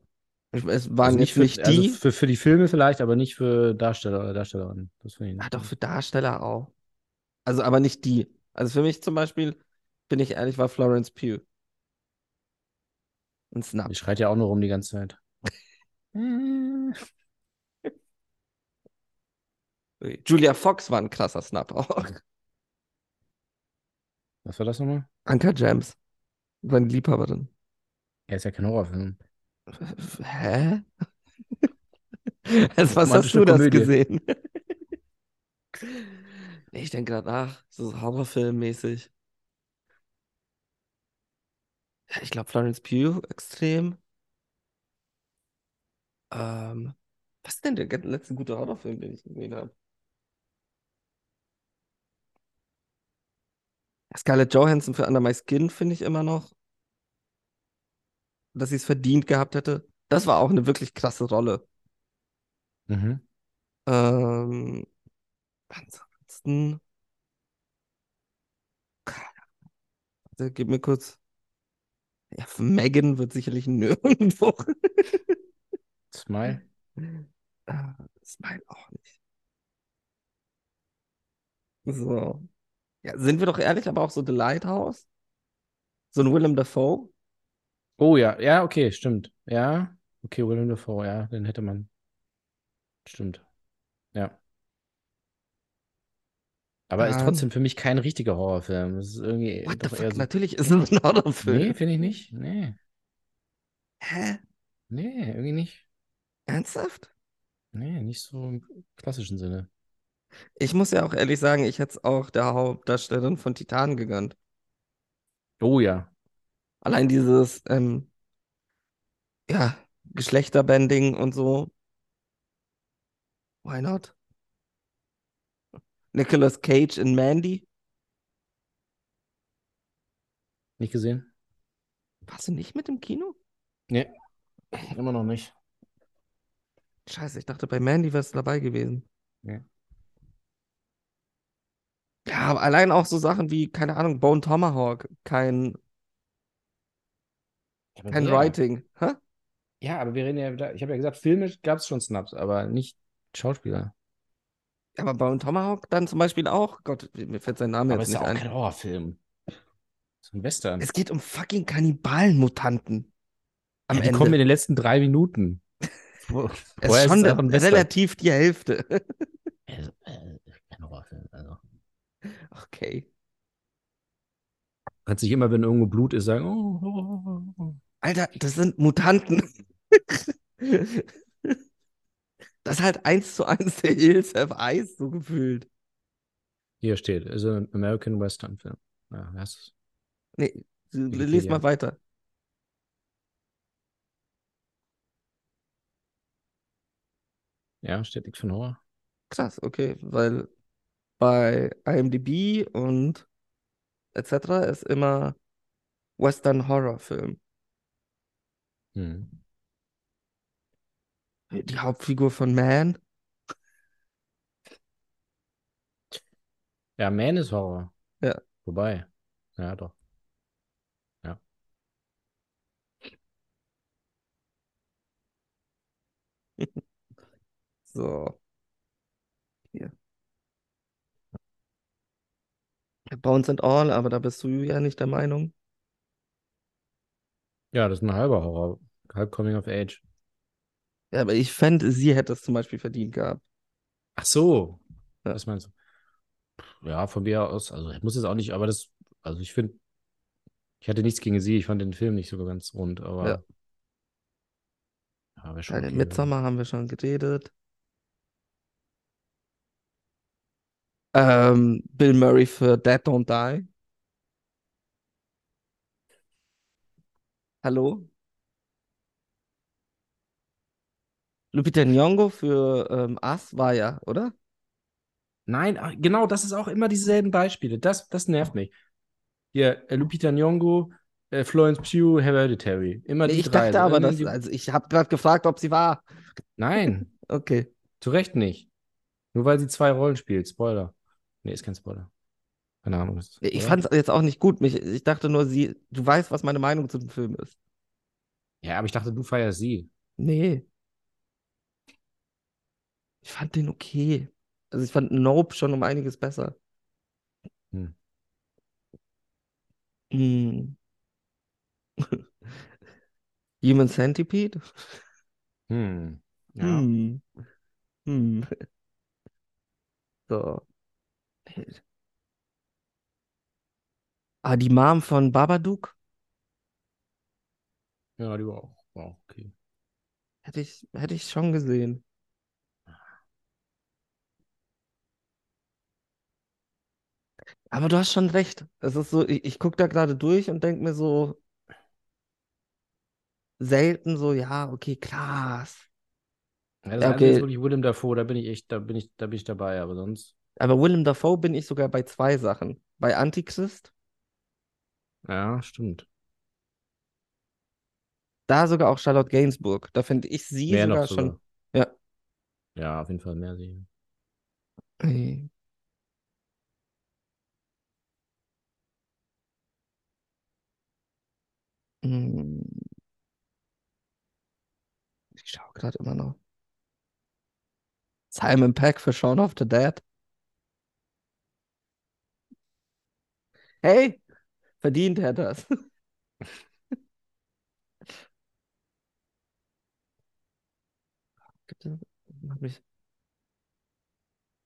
S3: Ich, es waren
S4: also
S3: jetzt
S4: für,
S3: nicht
S4: also
S3: die.
S4: für, für die Filme vielleicht, aber nicht für Darsteller oder Darstellerinnen. Das finde ich
S3: Ah,
S4: nicht.
S3: doch, für Darsteller auch. Also, aber nicht die. Also für mich zum Beispiel, bin ich ehrlich, war Florence Pugh. Ein Snap.
S4: Die schreit ja auch nur rum die ganze Zeit.
S3: Julia Fox war ein krasser Snap auch.
S4: Was war das nochmal?
S3: Anka James. Seine Liebhaberin.
S4: Er ist ja kein Horrorfilm.
S3: Hä? [LAUGHS] Als was hast
S4: Romantische
S3: du das
S4: Komödie.
S3: gesehen? [LAUGHS] nee, ich denke gerade nach. So Horrorfilmmäßig. Ja, ich glaube Florence Pugh extrem. Ähm, was ist denn der ge- letzte gute Horrorfilm, den ich gesehen habe? Scarlett Johansson für Under My Skin finde ich immer noch, dass sie es verdient gehabt hätte. Das war auch eine wirklich krasse Rolle.
S4: Mhm.
S3: Ähm, ansonsten. Keine Ahnung. Warte, gib mir kurz. Ja, Megan wird sicherlich nirgendwo. [LAUGHS]
S4: Smile.
S3: Äh, Smile auch nicht. So. Ja, sind wir doch ehrlich, aber auch so The Lighthouse. So ein Willem Dafoe.
S4: Oh ja, ja, okay, stimmt. Ja, okay, Willem Dafoe, ja, den hätte man. Stimmt. Ja. Aber ist
S3: Ähm.
S4: trotzdem für mich kein richtiger Horrorfilm. Es ist irgendwie
S3: What the
S4: doch
S3: fuck?
S4: eher so.
S3: Natürlich ist es ein Horrorfilm.
S4: Nee, finde ich nicht. Nee,
S3: Hä?
S4: nee, irgendwie nicht.
S3: Ernsthaft?
S4: Nee, nicht so im klassischen Sinne.
S3: Ich muss ja auch ehrlich sagen, ich hätte es auch der Hauptdarstellerin von Titan gegönnt.
S4: Oh ja.
S3: Allein dieses, ähm, ja, Geschlechterbending und so. Why not? Nicolas Cage in Mandy.
S4: Nicht
S3: [LAUGHS]
S4: gesehen?
S3: Warst du nicht mit im Kino?
S4: Immer noch nicht.
S3: Scheiße, ich dachte, bei Mandy wärst du dabei gewesen.
S4: Nee.
S3: Ja, aber allein auch so Sachen wie, keine Ahnung, Bone Tomahawk, kein,
S4: Ja, aber
S3: kein
S4: wer?
S3: Writing. Hä?
S4: Ja, aber wir reden ja, da- ich habe ja gesagt, filmisch gab es schon Snaps, aber nicht Schauspieler.
S3: Aber Bone Tomahawk dann zum Beispiel auch, Gott, mir fällt sein Name
S4: Aber
S3: jetzt
S4: ist ja
S3: nicht
S4: auch
S3: ein.
S4: kein Horrorfilm. So ein Western.
S3: Es geht um fucking Kannibalenmutanten. Am
S4: ja, die
S3: Ende.
S4: kommen in den letzten drei Minuten. [LAUGHS]
S3: es ist
S4: Vorher ist
S3: schon
S4: es einfach ein Western.
S3: relativ die Hälfte. [LAUGHS]
S4: Also, äh, kein Horrorfilm. Also.
S3: Okay.
S4: Kannst dich immer, wenn irgendwo Blut ist, sagen, oh, oh, oh, oh.
S3: Alter, das sind Mutanten. [LAUGHS] Das ist halt eins zu eins der Hills Have Eyes so gefühlt.
S4: Hier steht, ist ein American Western Film. Ja, das ist
S3: Nee, lies
S4: Wikipedia.
S3: mal weiter.
S4: Ja, steht nichts von Horror.
S3: Krass, okay, weil bei IMDb und etc. ist immer Western Horror Film.
S4: Hm.
S3: Die Hauptfigur von Man.
S4: Ja, Man ist Horror.
S3: Ja.
S4: Wobei. Ja, doch. Ja.
S3: So. Hier. Bones and All, aber da bist du ja nicht der Meinung.
S4: Ja, das ist ein halber Horror. Halb Coming of Age.
S3: Ja, aber ich fände, sie hätte es zum Beispiel verdient gehabt.
S4: Ach so.
S3: Ja.
S4: Was meinst du? Ja, von mir aus. Also, ich muss jetzt auch nicht, aber das, also ich finde, ich hatte nichts gegen sie. Ich fand den Film nicht so ganz rund, aber.
S3: Ja.
S4: Ja, wär schon
S3: Bei
S4: okay
S3: den
S4: gewesen.
S3: Midsommar haben wir schon geredet. Ähm, Bill Murray für Dead Don't Die. Hallo? Lupita Nyong'o für ähm, Us war ja, oder?
S4: Nein, ah, genau, das ist auch immer dieselben Beispiele. Das, das nervt mich. Hier, äh, Lupita Nyong'o, äh, Florence Pugh, Hereditary. Immer
S3: Nee,
S4: die
S3: ich
S4: drei.
S3: dachte aber,
S4: Immer
S3: dass,
S4: die-
S3: also ich habe gerade gefragt, ob sie war.
S4: [LAUGHS] Nein,
S3: Okay.
S4: zu Recht nicht. Nur weil sie zwei Rollen spielt. Spoiler. Nee, ist kein Spoiler. Keine Ahnung. Ist,
S3: Nee, Ich
S4: oder?
S3: fand es jetzt auch nicht gut. Mich, ich dachte nur, sie, du weißt, was meine Meinung zu dem Film ist.
S4: Ja, aber ich dachte, du feierst sie.
S3: Nee. Ich fand den okay. Also ich fand Nope schon um einiges besser.
S4: Hm.
S3: Hm. [LAUGHS] Human Centipede?
S4: Hm. Ja.
S3: Hm. Hm. So. Ah, die Mom von Babadook
S4: Ja, die war auch. Wow, okay.
S3: hätte ich, hätte ich schon gesehen. Aber du hast schon recht. Es ist so, ich, ich gucke da gerade durch und denke mir so selten so, ja, okay, krass.
S4: Ja, das
S3: Ja,
S4: Einzige
S3: okay.
S4: ist wirklich Willem Dafoe, da bin ich echt, da bin ich, da bin ich dabei, aber sonst.
S3: Aber Willem Dafoe bin ich sogar bei zwei Sachen. Bei Antichrist,
S4: Ja, stimmt.
S3: da sogar auch Charlotte Gainsbourg. Da finde ich sie
S4: Mehr
S3: sogar
S4: noch
S3: schon.
S4: sogar.
S3: Ja.
S4: Ja, auf jeden Fall mehr sie.
S3: Ey. Hm. Ich schaue gerade immer noch. Simon Peck für Shaun of the Dead. Hey, verdient er das. [LAUGHS] Gibt es- mach mich-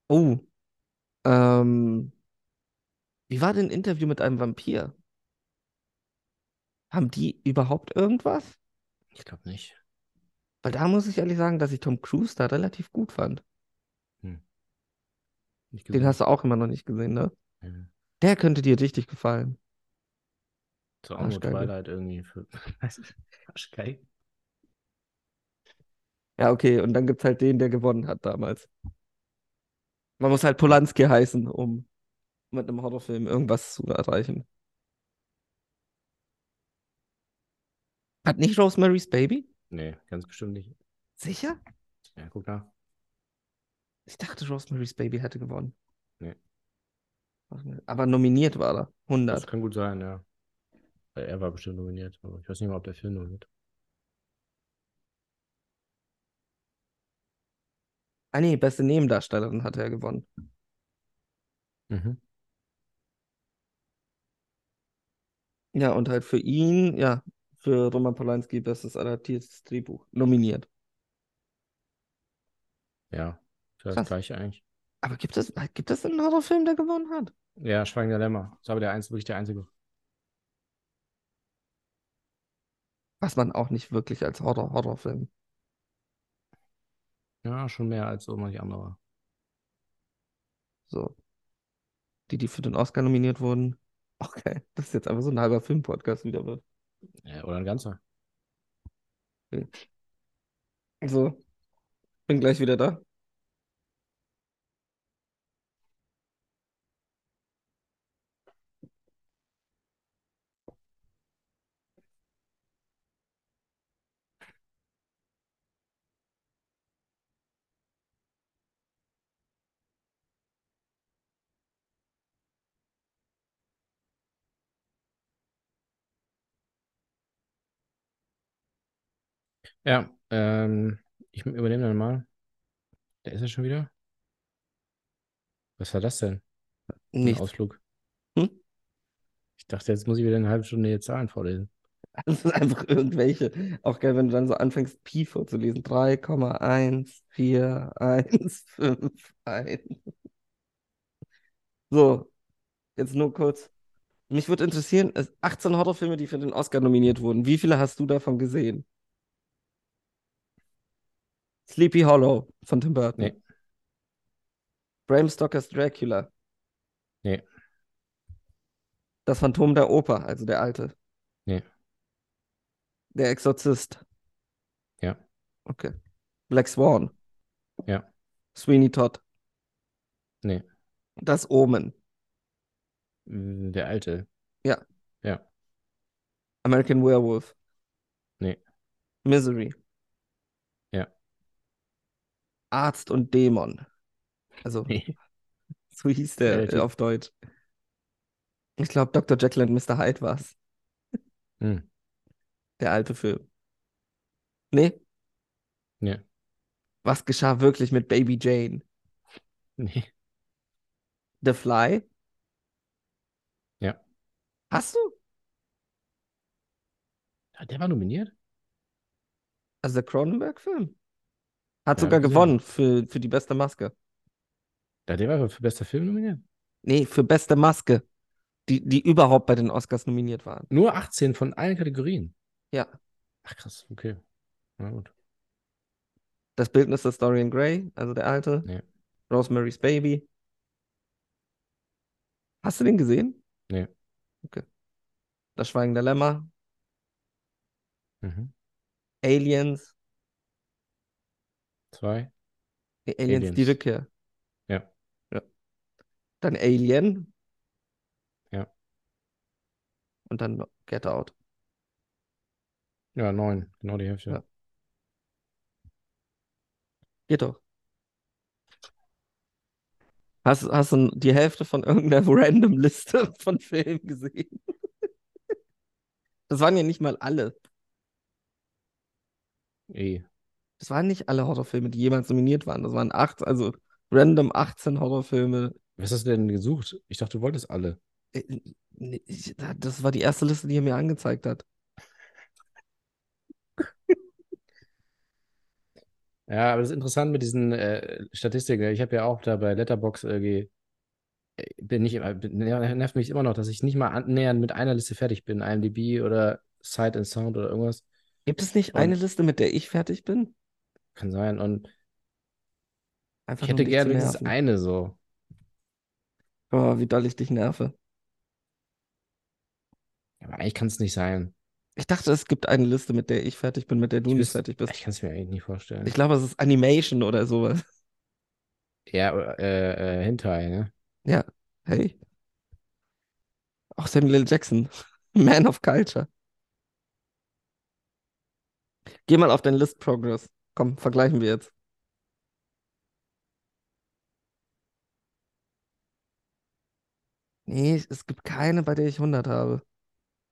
S3: Oh, ähm, wie war denn Interview mit einem Vampir? Haben die überhaupt irgendwas?
S4: Ich glaube nicht.
S3: Weil da muss ich ehrlich sagen, dass ich Tom Cruise da relativ gut fand.
S4: Nicht
S3: Den hast du auch immer noch nicht gesehen, ne?
S4: gesehen.
S3: Der könnte dir richtig gefallen.
S4: Ist auch nur
S3: Arschgeige.
S4: Twilight irgendwie für. [LAUGHS] Arschgeil.
S3: Ja, okay, und dann gibt's halt den, der gewonnen hat damals. Man muss halt Polanski heißen, um mit einem Horrorfilm irgendwas zu erreichen. Hat nicht Rosemary's Baby?
S4: Nee, ganz bestimmt nicht.
S3: Sicher?
S4: Ja, guck nach.
S3: Ich dachte, Rosemary's Baby hätte gewonnen.
S4: Nee.
S3: Aber nominiert war er.
S4: Das
S3: 100.
S4: kann gut sein, ja. Weil Er war bestimmt nominiert, aber ich weiß nicht mal, ob der Film nominiert.
S3: Ah nee, beste Nebendarstellerin hatte er gewonnen.
S4: Mhm.
S3: Ja, und halt für ihn, ja, für Roman Polanski bestes adaptiertes Drehbuch nominiert.
S4: Ja, ist ja das
S3: Krass.
S4: gleiche eigentlich.
S3: Aber gibt es, gibt es einen Horrorfilm, der gewonnen hat?
S4: Ja, Schweigender Lämmer. Ist aber der einzige, wirklich der einzige.
S3: Was man auch nicht wirklich als Horror Horrorfilm.
S4: Ja, schon mehr als so manche andere.
S3: So. Die, die für den Oscar nominiert wurden. Okay, das ist jetzt einfach so ein halber Filmpodcast wieder wird.
S4: Ja, Äh, oder ein ganzer.
S3: So. Bin gleich wieder da.
S4: Ja, ähm, ich übernehme dann mal. Da ist er schon wieder. Was war das denn? Für Ein
S3: Nichts.
S4: Ausflug.
S3: Hm?
S4: Ich dachte, jetzt muss ich wieder eine halbe Stunde hier Zahlen vorlesen.
S3: [LAUGHS] Das sind einfach irgendwelche. Auch geil, wenn du dann so anfängst, Pi vorzulesen. 3,1415. So, jetzt nur kurz. Mich würde interessieren, es- 18 Horrorfilme, die für den Oscar nominiert wurden. Wie viele hast du davon gesehen? Sleepy Hollow von Tim Burton.
S4: Nee.
S3: Bram Stokers Dracula.
S4: Nee.
S3: Das Phantom der Oper, also der alte.
S4: Nee.
S3: Der Exorzist.
S4: Ja.
S3: Okay. Black Swan.
S4: Ja.
S3: Sweeney Todd.
S4: Nee.
S3: Das Omen.
S4: Mm, Der alte. [LAUGHS]
S3: American Werewolf.
S4: Nee.
S3: Misery.
S4: Ja.
S3: Arzt und Dämon. Also,
S4: Nee.
S3: [LAUGHS] so hieß der
S4: Relativ.
S3: äh, auf Deutsch. Ich glaube, Dr. Jekyll und Mr. Hyde war's.
S4: Hm.
S3: Der alte Film. Nee?
S4: Nee.
S3: Was geschah wirklich mit Baby Jane?
S4: Nee.
S3: The Fly?
S4: Ja.
S3: Hast du?
S4: Ah, Der war nominiert?
S3: Also der Cronenberg-Film. Hat
S4: Ja,
S3: sogar
S4: hab ich
S3: gewonnen für, für die beste Maske.
S4: Ja, Der war für bester Film nominiert.
S3: Nee, für beste Maske. Die, die überhaupt bei den Oscars nominiert waren.
S4: Nur 18 von allen Kategorien.
S3: Ja.
S4: Ach krass, okay. Na gut.
S3: Das Bildnis des Dorian Gray, also der alte.
S4: Nee.
S3: Rosemary's Baby. Hast du den gesehen?
S4: Nee.
S3: Okay. Das Schweigen der Lämmer.
S4: Mhm.
S3: Aliens.
S4: Zwei.
S3: Nee, Aliens, die
S4: Aliens.
S3: Rückkehr.
S4: Ja.
S3: Ja. Dann Alien.
S4: Ja.
S3: Und dann Get Out.
S4: Ja, neun. Genau die Hälfte.
S3: Ja. Geht doch. Hast, hast du die Hälfte von irgendeiner [LAUGHS] random Liste von Filmen gesehen? Das waren ja nicht mal alle.
S4: Eh.
S3: Das waren nicht alle Horrorfilme, die jemals nominiert waren. Das waren acht, also random 18 Horrorfilme.
S4: Was hast du denn gesucht? Ich dachte, du wolltest alle.
S3: Äh, nee, ich- Das war die erste Liste, die er mir angezeigt hat.
S4: Ja, aber das ist interessant mit diesen äh, Statistiken. Ich habe ja auch da bei Letterbox äh, ge- äh, bin ich immer, bin, ner- nervt mich immer noch, dass ich nicht mal annähernd mit einer Liste fertig bin. IMDb oder Sight and Sound oder irgendwas.
S3: Gibt es nicht
S4: Und-
S3: eine Liste, mit der ich fertig bin?
S4: Kann sein. Und
S3: Einfach
S4: ich
S3: nur, um
S4: hätte
S3: dich zu
S4: gerne wenigstens
S3: nerven.
S4: eine so.
S3: Oh, wie doll ich dich nerve.
S4: Aber eigentlich kann es nicht sein.
S3: Ich dachte, es gibt eine Liste, mit der ich fertig bin, mit der du
S4: Ich
S3: nicht
S4: wüsste-
S3: fertig bist.
S4: Ich kann es mir eigentlich nicht vorstellen.
S3: Ich glaube, es ist Animation oder sowas.
S4: Ja, äh, äh, Hentai, ne?
S3: Hey. Auch Samuel L. Jackson. [LAUGHS] Man of Culture. Geh mal auf dein List Progress. Komm, vergleichen wir jetzt. Nee, es gibt keine, bei der ich 100 habe.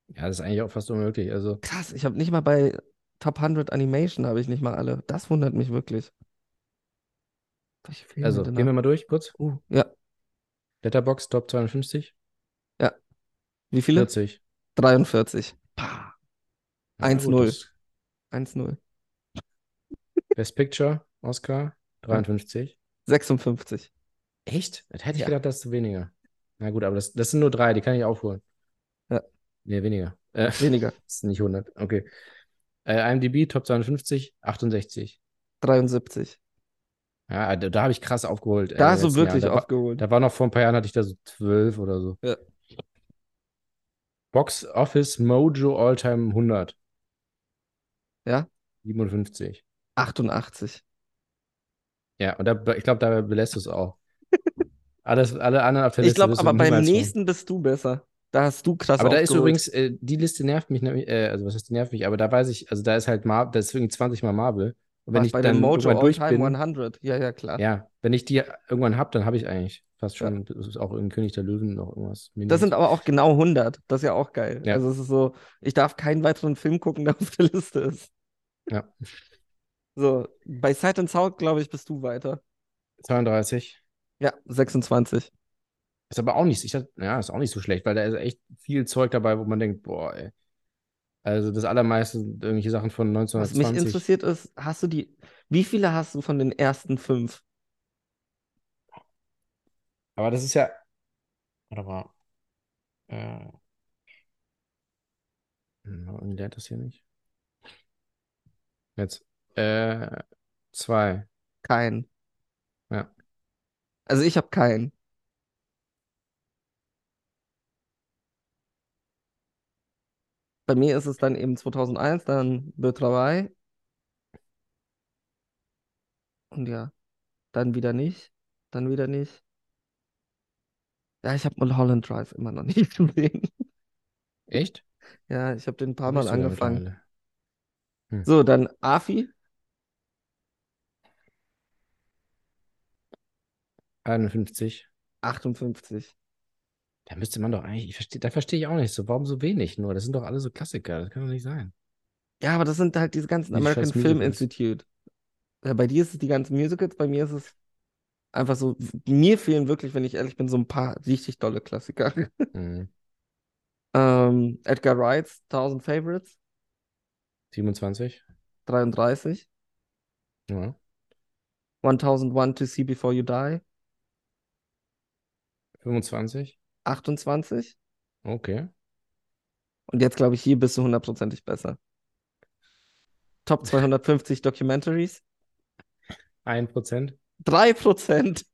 S4: Ja, das ist eigentlich auch fast unmöglich. Also,
S3: Krass, ich habe nicht mal bei Top 100 Animation habe ich nicht mal alle. Das wundert mich wirklich. Welche Filme
S4: also
S3: denn
S4: gehen wir
S3: ab?
S4: mal durch, kurz.
S3: genau. Uh, ja,
S4: Letterbox Top 250,
S3: wie viele?
S4: 40.
S3: 43.
S4: Ja,
S3: 1-0.
S4: gut, das-
S3: 1-0.
S4: Best Picture, Oscar, 53.
S3: 56.
S4: Echt? Das hätte ich
S3: Ja.
S4: gedacht, das ist weniger. Na gut, aber das, das sind nur drei, die kann ich aufholen.
S3: Ja.
S4: Nee, weniger. Äh, [LAUGHS]
S3: Weniger.
S4: das sind nicht 100. Okay. Äh, IMDb Top 52, 68.
S3: 73.
S4: Ja, da, da habe ich krass aufgeholt. äh,
S3: Da
S4: in
S3: hast
S4: den
S3: du
S4: letzten
S3: wirklich
S4: Jahren. Da, war-
S3: aufgeholt.
S4: da war noch vor ein paar Jahren, hatte ich da so 12 oder so.
S3: Ja.
S4: Box Office Mojo Alltime 100.
S3: Ja.
S4: 57.
S3: 88.
S4: Ja, und da, ich glaube, dabei belässt du es auch. Alles, alle anderen auf der
S3: Ich
S4: Liste
S3: glaube,
S4: wirst du
S3: aber beim
S4: niemals holen.
S3: nächsten bist du besser. Da hast du krass
S4: Aber da ist
S3: aufgeholt.
S4: übrigens, äh, die Liste nervt mich, nämlich, äh, also was heißt, die nervt mich, aber da weiß ich, also da ist halt Marvel, da ist irgendwie 20 mal Marvel. Und wenn
S3: Was
S4: ich
S3: bei
S4: dann
S3: dem Mojo
S4: irgendwann durch
S3: All-Time
S4: bin,
S3: 100. Ja, ja, klar.
S4: ja, wenn ich die irgendwann hab, dann habe ich eigentlich fast schon, das ist auch in König der Löwen noch irgendwas.
S3: Das
S4: Minions.
S3: sind aber auch genau 100. Das ist ja auch geil.
S4: Ja.
S3: Also es ist so, ich darf keinen weiteren Film gucken, der auf der Liste ist.
S4: Ja.
S3: So, bei Sight and Sound, glaube ich, bist du weiter.
S4: 32.
S3: Ja, 26.
S4: Ist aber auch nicht, ich dachte, ja, ist auch nicht so schlecht, weil da ist echt viel Zeug dabei, wo man denkt, boah, ey. Also das allermeiste sind irgendwelche Sachen von
S3: Was mich
S4: 1920.
S3: interessiert ist, hast du die, wie viele hast du von den ersten fünf?
S4: Aber das ist ja, warte mal. Äh, Hm, lernt das hier nicht. Jetzt. Äh, zwei.
S3: Keinen.
S4: Ja.
S3: Also ich habe keinen. Bei mir ist es dann eben 2001, dann Betrauerei. Und ja, dann wieder nicht, dann wieder nicht. Ja, ich habe Mulholland Drive immer noch [LAUGHS] nicht gesehen.
S4: Echt?
S3: Ja, ich habe den ein paar
S4: Hab
S3: Mal
S4: ich sogar
S3: angefangen.
S4: mittlerweile.
S3: So, dann AFI,
S4: 51.
S3: 58.
S4: Da müsste man doch eigentlich, ich verstehe, da verstehe ich auch nicht so, warum so wenig nur? Das sind doch alle so Klassiker, das kann doch
S3: [LAUGHS]
S4: nicht sein.
S3: Ja, aber das sind halt diese ganzen
S4: Die
S3: American
S4: scheiß
S3: Film
S4: Musicals.
S3: Institute. Ja, bei dir ist es die ganzen Musicals, bei mir ist es einfach so, mir fehlen wirklich, wenn ich ehrlich bin, so ein paar richtig dolle Klassiker. [LAUGHS]
S4: Mhm.
S3: Ähm, Edgar Wrights 1000 Favorites,
S4: 27.
S3: 33,
S4: Ja.
S3: 1001 to See Before You Die,
S4: 25.
S3: 28.
S4: Okay.
S3: Und jetzt glaube ich, hier bist du hundertprozentig besser.
S4: [LAUGHS]
S3: Top 250 Documentaries,
S4: 1%. [LAUGHS]
S3: 3%.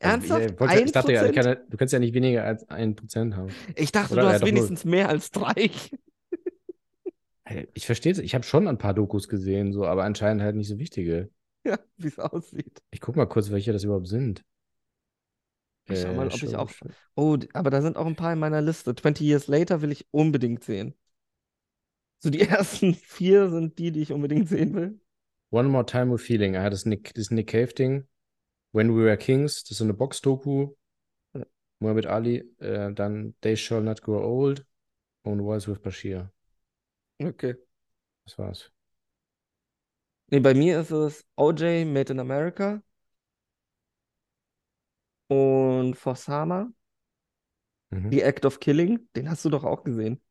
S3: Ernsthaft?
S4: Ich, äh, wollte- ich dachte ja, ich
S3: 1%?
S4: kann, du kannst ja nicht weniger als 1% haben.
S3: Ich dachte,
S4: Oder?
S3: du
S4: Ja,
S3: hast
S4: doch null.
S3: wenigstens mehr als drei. [LAUGHS]
S4: Ey, Ich verstehe es. Ich habe schon ein paar Dokus gesehen, so, aber anscheinend halt nicht so wichtige.
S3: Ja, wie es aussieht.
S4: Ich guck mal kurz, welche das überhaupt sind. Äh,
S3: Ich schau mal, ob ich
S4: Show-
S3: auch- Oh, d- aber da sind auch ein paar in meiner Liste. 20 Years Later will ich unbedingt sehen. So die [LAUGHS] ersten vier sind die, die ich unbedingt sehen will.
S4: One More Time with Feeling. Ah, das Nick, das Nick Cave Ding. When We Were Kings. Das ist so eine Box-Doku.
S3: Ja.
S4: Muhammad Ali. Äh, dann They Shall Not Grow Old. Und Wars with Bashir.
S3: Okay.
S4: Das war's.
S3: Nee, bei mir ist es OJ Made in America und For Sama,
S4: Mhm.
S3: The Act of Killing. Den hast du doch auch gesehen.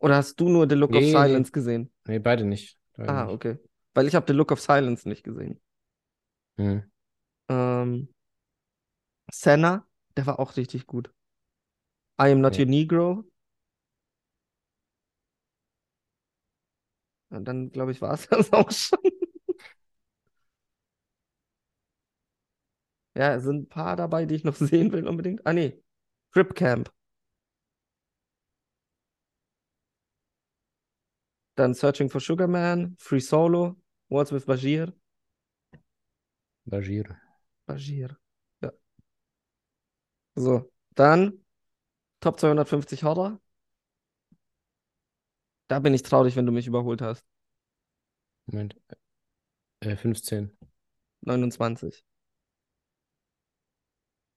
S3: Oder hast du nur The Look of
S4: Nee, nee.
S3: Silence gesehen?
S4: Nee, beide nicht. Beide
S3: Ah,
S4: nicht.
S3: okay. Weil ich habe The Look of Silence nicht gesehen.
S4: Mhm.
S3: Ähm, Senna, der war auch richtig gut. I Am Not
S4: Ja.
S3: Your Negro. Und dann, glaube ich, war es [LAUGHS] das auch schon. Ja, es sind ein paar dabei, die ich noch [LAUGHS] sehen will unbedingt. Ah, nee. Trip Camp. Dann Searching for Sugar Man, Free Solo, Words with Bashir.
S4: Bajir.
S3: Bashir. Ja. So, dann Top 250 Horror. Da bin ich traurig, wenn du mich überholt hast.
S4: Moment. Äh, 15.
S3: 29.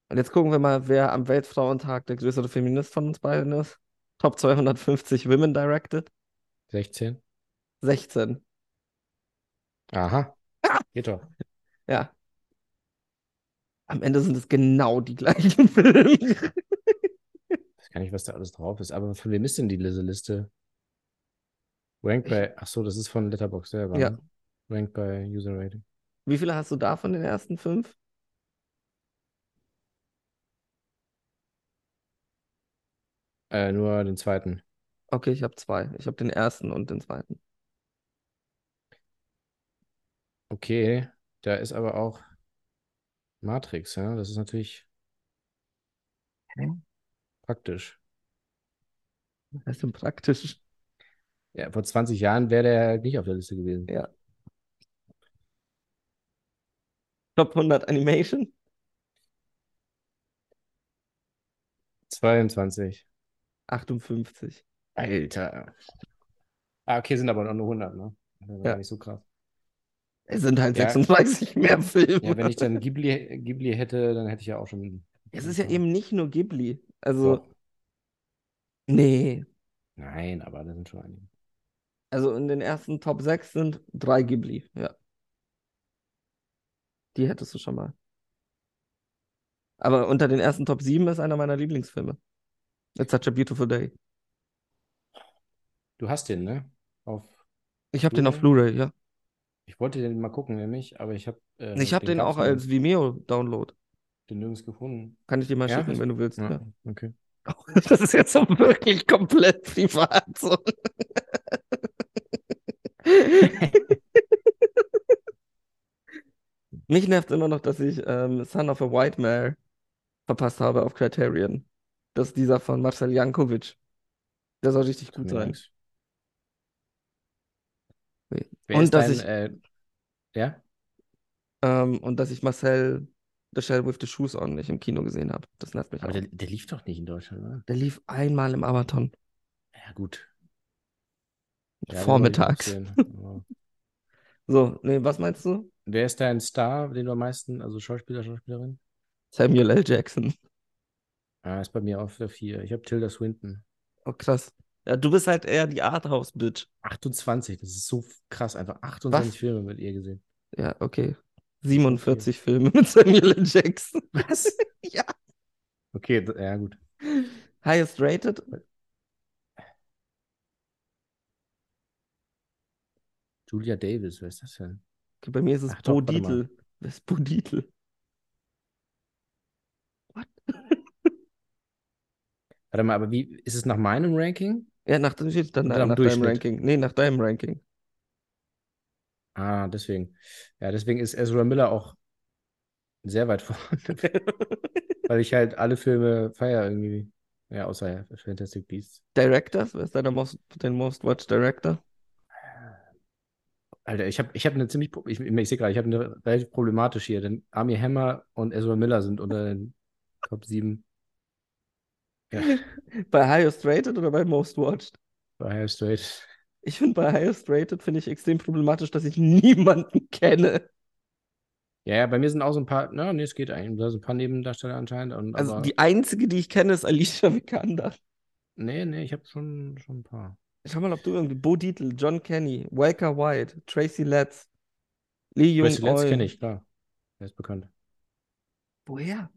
S3: Und jetzt gucken wir mal, wer am Weltfrauentag der größere Feminist von uns beiden ist. Top 250 Women Directed.
S4: 16.
S3: 16.
S4: Aha.
S3: Ah!
S4: Geht doch.
S3: Ja. Am Ende sind es genau die gleichen [LAUGHS] Filme.
S4: Ich weiß gar nicht, was da alles drauf ist. Aber von wem ist denn die Liste? Liste? Ranked by. Ach so, das ist von Letterboxd selber.
S3: Ja.
S4: ne? Ranked by User Rating.
S3: Wie viele hast du da von den ersten fünf?
S4: Äh, nur den zweiten.
S3: Okay, ich habe zwei. Ich habe den ersten und den zweiten.
S4: Okay, da ist aber auch Matrix, ja. Das ist natürlich praktisch.
S3: Das ist denn praktisch.
S4: Ja, vor 20 Jahren wäre der halt nicht auf der Liste gewesen.
S3: Ja. Top 100 Animation.
S4: 22.
S3: 58.
S4: Alter. Ah, okay, sind aber noch nur 100, ne? Das war
S3: Ja.
S4: nicht so krass.
S3: Es sind halt
S4: Ja.
S3: 36 mehr Filme.
S4: Ja, wenn ich dann Ghibli, Ghibli hätte, dann hätte ich ja auch schon.
S3: Es ist ja eben nicht nur Ghibli. Also,
S4: Doch.
S3: nee.
S4: Nein, aber da sind schon einige.
S3: Also in den ersten Top 6 sind drei Ghibli. Ja. Die hättest du schon mal. Aber unter den ersten Top 7 ist einer meiner Lieblingsfilme. It's such a beautiful day.
S4: Du hast den, ne? Auf.
S3: Ich habe den auf Blu-ray, ja.
S4: Ich wollte den mal gucken, nämlich, aber ich habe äh,
S3: Ich habe den
S4: gab's
S3: auch
S4: nirgends-
S3: als Vimeo-Download.
S4: den nirgends gefunden.
S3: Kann ich dir mal
S4: Ja?
S3: schicken, wenn du willst. Ja.
S4: Ja, okay.
S3: [LAUGHS] Das ist jetzt so wirklich komplett privat. So. [LAUGHS] Mich nervt immer noch, dass ich ähm, Son of a White Mare verpasst habe auf Criterion. Das ist dieser von Marcel Jankovic. Der soll richtig gut
S4: Mir
S3: sein.
S4: nix.
S3: Nee.
S4: Wer
S3: Und
S4: ist
S3: dass
S4: dein,
S3: ich-
S4: äh, ja?
S3: Ähm, und dass ich Marcel The Shell with the Shoes on nicht im Kino gesehen habe. Das nervt mich
S4: Aber
S3: auch.
S4: der, der lief doch nicht in Deutschland, oder?
S3: Der lief einmal im Marathon.
S4: Ja, gut. Ja, den wollte ich noch
S3: vormittags.
S4: sehen, aber-
S3: So, nee, was meinst du?
S4: Wer ist dein Star, den du am meisten, also Schauspieler, Schauspielerin?
S3: Samuel L. Jackson.
S4: Ah, ist bei mir auf der 4. Ich habe Tilda Swinton.
S3: Oh, krass. Ja, du bist halt eher die Arthouse-Bitch.
S4: 28, das ist so krass, einfach 28 Filme mit ihr gesehen.
S3: Ja, okay. 47 Filme mit [LAUGHS] Samuel L. Jackson.
S4: Was?
S3: Ja.
S4: Okay, d- ja, gut.
S3: Highest rated?
S4: Julia Davis, wer ist das denn?
S3: Okay, bei mir ist es
S4: Ach doch,
S3: Bo
S4: warte mal.
S3: Dietl. Wer ist Bo Dietl? What?
S4: Warte mal, aber wie ist es nach meinem Ranking?
S3: Ja, nach, dem- steht dann
S4: Nach
S3: nach,
S4: dem
S3: nach deinem
S4: Durchschnitt.
S3: Ranking. Nee, nach deinem Ranking.
S4: Ah, deswegen. Ja, deswegen ist Ezra Miller auch sehr weit vorne, weil ich halt alle Filme feier irgendwie. Ja, außer Fantastic Beasts.
S3: Directors? Wer ist dein Most, dein Most Watched Director?
S4: Alter, ich habe ich hab eine ziemlich, pro- ich, ich sehe gerade, ich habe eine relativ problematische hier, denn Army Hammer und Ezra Miller sind unter den Top 7
S3: Bei Highest rated oder bei Most Watched?
S4: bei High Straight.
S3: Ich finde bei Highest rated finde ich extrem problematisch, dass ich [LAUGHS] niemanden kenne.
S4: Ja, ja, bei mir sind auch so ein paar, na, nee, es geht eigentlich, da sind ein paar Nebendarsteller anscheinend. Und,
S3: Also
S4: aber,
S3: die einzige, die ich kenne, ist Alicia Vikander.
S4: nee, nee, ich habe schon, schon ein paar.
S3: Schau mal, ob du irgendwie Bo Dietl, John Kenny, Walker White, Tracy Letts, Lee Jung
S4: Tracy Letts
S3: Eul.
S4: kenne ich, klar. Der ist bekannt.
S3: Woher?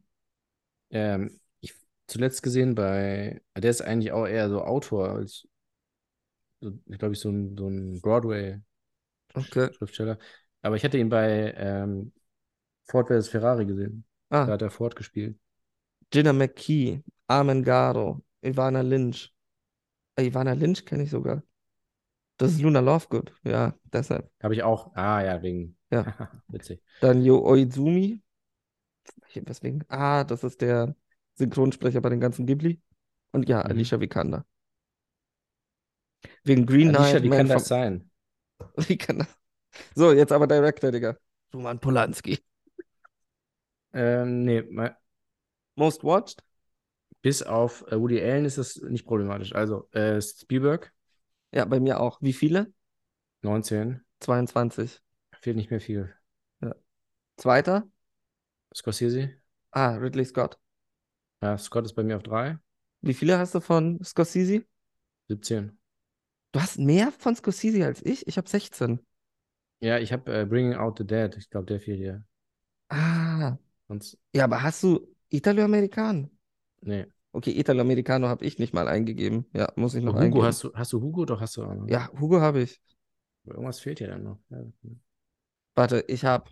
S4: Ähm, ich zuletzt gesehen bei, ah, der ist eigentlich auch eher so Autor als, so, glaube ich, so ein, so ein Broadway-Schriftsteller.
S3: Okay.
S4: Aber ich hatte ihn bei ähm, Ford vs. Ferrari gesehen. Da
S3: Ah,
S4: hat er Ford gespielt.
S3: Gina McKee, Armen Garo, Ivana Lynch. Äh, Ivana Lynch kenne ich sogar. Das ist Luna Lovegood. Ja, deshalb.
S4: Habe ich auch, ah ja, wegen, [LAUGHS] witzig.
S3: Dann Yo Oizumi. Ich- Weswegen? Ah, das ist der Synchronsprecher bei den ganzen Ghibli. Und ja,
S4: Mhm.
S3: Alicia Vikander. Wegen Green
S4: Alicia,
S3: Knight,
S4: wie
S3: Man
S4: kann das
S3: [LAUGHS] from-
S4: sein?
S3: Wie kann das? So, jetzt aber Director, Digga. Roman Polanski.
S4: Ähm, nee, mal,
S3: Most watched?
S4: bis auf äh, Woody Allen ist das nicht problematisch. Also äh, Spielberg,
S3: Ja, bei mir auch. Wie viele?
S4: 19,
S3: 22.
S4: fehlt nicht mehr viel.
S3: Zweiter?
S4: Scorsese,
S3: Ah, Ridley Scott.
S4: ja, Scott ist bei mir auf 3,
S3: Wie viele hast du von Scorsese?
S4: 17.
S3: Du hast mehr von Scorsese als ich? Ich habe 16.
S4: Ja, ich habe äh, Bringing Out the Dead, ich glaube, der fehlt dir.
S3: Ah,
S4: Sonst,
S3: ja, aber hast du Italo-American?
S4: nee.
S3: Okay, Italo-Americano habe ich nicht mal eingegeben. Ja, muss ich noch
S4: Hugo,
S3: eingeben.
S4: hast du, hast du Hugo? Doch, hast du auch noch.
S3: Ja, Hugo habe ich.
S4: Aber Irgendwas fehlt dir dann noch. Ja.
S3: Warte, ich habe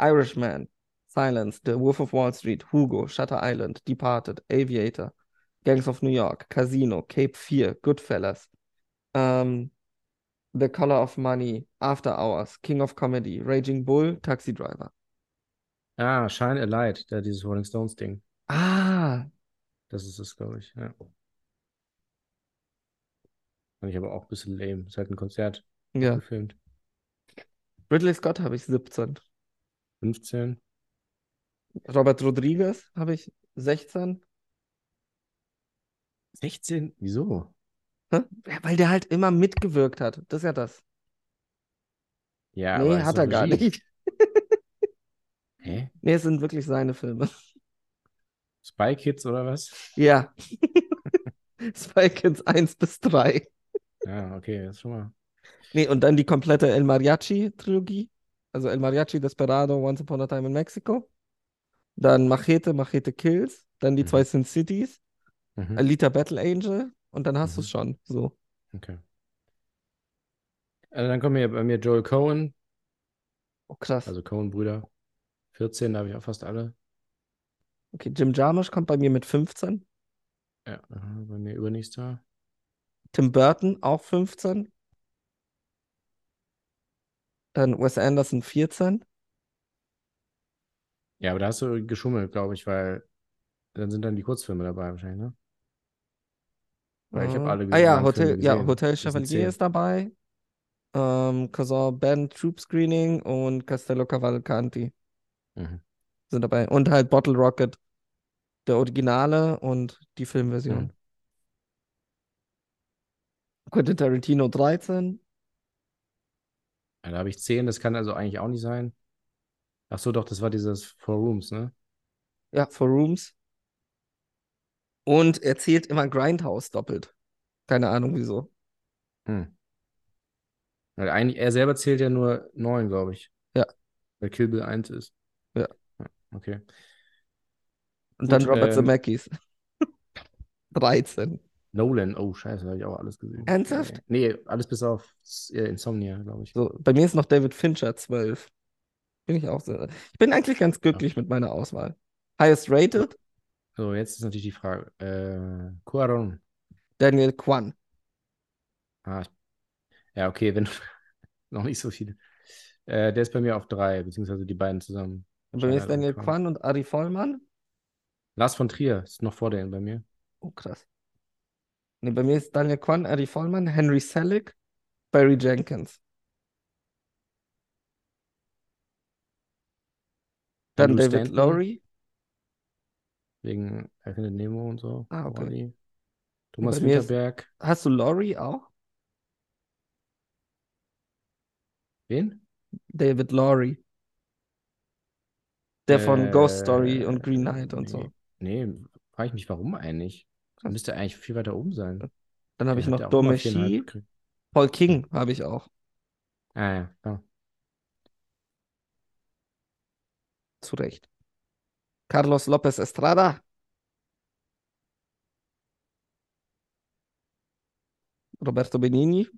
S3: Irishman, Silence, The Wolf of Wall Street, Hugo, Shutter Island, Departed, Aviator, Gangs of New York, Casino, Cape Fear, Goodfellas, ähm, The Color of Money, After Hours, King of Comedy, Raging Bull, Taxi Driver.
S4: Ah, Shine a Light, da dieses Rolling Stones Ding.
S3: Ah,
S4: Das ist es, glaube ich. Ja. Fand ich aber auch ein bisschen lame. Ist halt ein Konzert
S3: ja.
S4: gefilmt.
S3: Ridley Scott habe ich 17.
S4: 15.
S3: Robert Rodriguez habe ich 16.
S4: 16? Wieso?
S3: Hä? Ja, weil der halt immer mitgewirkt hat. Das ist ja das.
S4: Ja,
S3: nee,
S4: aber es
S3: hat
S4: ist
S3: er
S4: doch
S3: gar
S4: Regie.
S3: nicht.
S4: Hä?
S3: Nee, es sind wirklich seine Filme.
S4: Spy Kids oder was?
S3: [LAUGHS] Ja. Spy Kids 1 bis 3.
S4: Ja, okay, das ist schon mal.
S3: Nee, und dann die komplette El Mariachi-Trilogie. Also El Mariachi, Desperado, Once Upon a Time in Mexico. Dann Machete, Machete Kills. Dann die
S4: Mhm.
S3: zwei Sin Cities.
S4: Mhm.
S3: Alita Battle Angel. Und dann hast du es
S4: Mhm.
S3: schon. So.
S4: Okay. Also dann kommen hier bei mir Joel Cohen,
S3: Oh, krass.
S4: also Cohen-Brüder. 14, da habe ich auch fast alle.
S3: Okay, Jim Jarmusch kommt bei mir mit 15.
S4: Ja, aha, bei mir übernächster.
S3: Tim Burton auch 15. Dann Wes Anderson 14.
S4: Ja, aber da hast du geschummelt, glaube ich, weil dann sind dann die Kurzfilme dabei wahrscheinlich, ne? Weil ich habe
S3: Ah.
S4: alle
S3: Ah ja,
S4: anderen
S3: Hotel,
S4: Filme
S3: ja,
S4: gesehen.
S3: Hotel
S4: Das sind
S3: Chevalier
S4: zehn.
S3: ist dabei. Ähm, Cousin Ben Troop Screening und Castello Cavalcanti
S4: Mhm.
S3: sind dabei. Und halt Bottle Rocket, der Originale und die Filmversion.
S4: Mhm.
S3: Quentin Tarantino 13.
S4: Ja, da habe ich 10, das kann also eigentlich auch nicht sein. Ach so, doch, das war dieses Four Rooms, ne?
S3: Ja, Four Rooms. Und er zählt immer Grindhouse doppelt. Keine Ahnung wieso.
S4: Hm. Weil eigentlich, er selber zählt ja nur 9, glaube ich.
S3: Ja.
S4: Weil Kill Bill 1 ist.
S3: Ja.
S4: Okay.
S3: Und
S4: Gut,
S3: dann Robert
S4: ähm,
S3: Zemeckis. [LAUGHS] 13.
S4: Nolan, oh scheiße, habe ich auch alles gesehen.
S3: Ernsthaft?
S4: Ja, ja. Nee, alles bis auf S- äh, Insomnia, glaube ich.
S3: So, bei mir ist noch David Fincher 12. Bin ich auch so. Ich bin eigentlich ganz glücklich mit meiner Auswahl. Highest rated,
S4: So, jetzt ist natürlich die Frage. Äh, Cuaron.
S3: Daniel Kwan.
S4: Ah, ich- ja, okay, wenn [LAUGHS] noch nicht so viele. Äh, der ist bei mir auf 3, beziehungsweise die beiden zusammen.
S3: Und bei mir ist
S4: Schade,
S3: Daniel
S4: Kwan.
S3: Kwan und Ari Vollmann.
S4: Lars von Trier ist noch vor denen bei mir.
S3: Oh, krass. Nee, bei mir ist Daniel Kwan, Ari Vollmann, Henry Selick, Barry Jenkins. Dann
S4: Andrew
S3: David
S4: Stanton.
S3: Lowry.
S4: Wegen Er findet Nemo und so.
S3: Ah, okay.
S4: Wall-E. Thomas
S3: bei mir ist-
S4: Winterberg.
S3: Hast du Lowry auch?
S4: Wen?
S3: David Lowry. Der von Ghost Story
S4: Äh,
S3: und Green Knight und so.
S4: Nee, nee frage ich mich, warum eigentlich?
S3: Krass.
S4: Das müsste eigentlich viel weiter oben sein.
S3: Dann habe ich
S4: Der
S3: noch
S4: hat ja auch immer viereinhalb
S3: Domechi.
S4: gekriegt.
S3: Paul King habe ich auch.
S4: Ah, ja, klar.
S3: Zu Recht. Carlos Lopez Estrada. Roberto Benigni.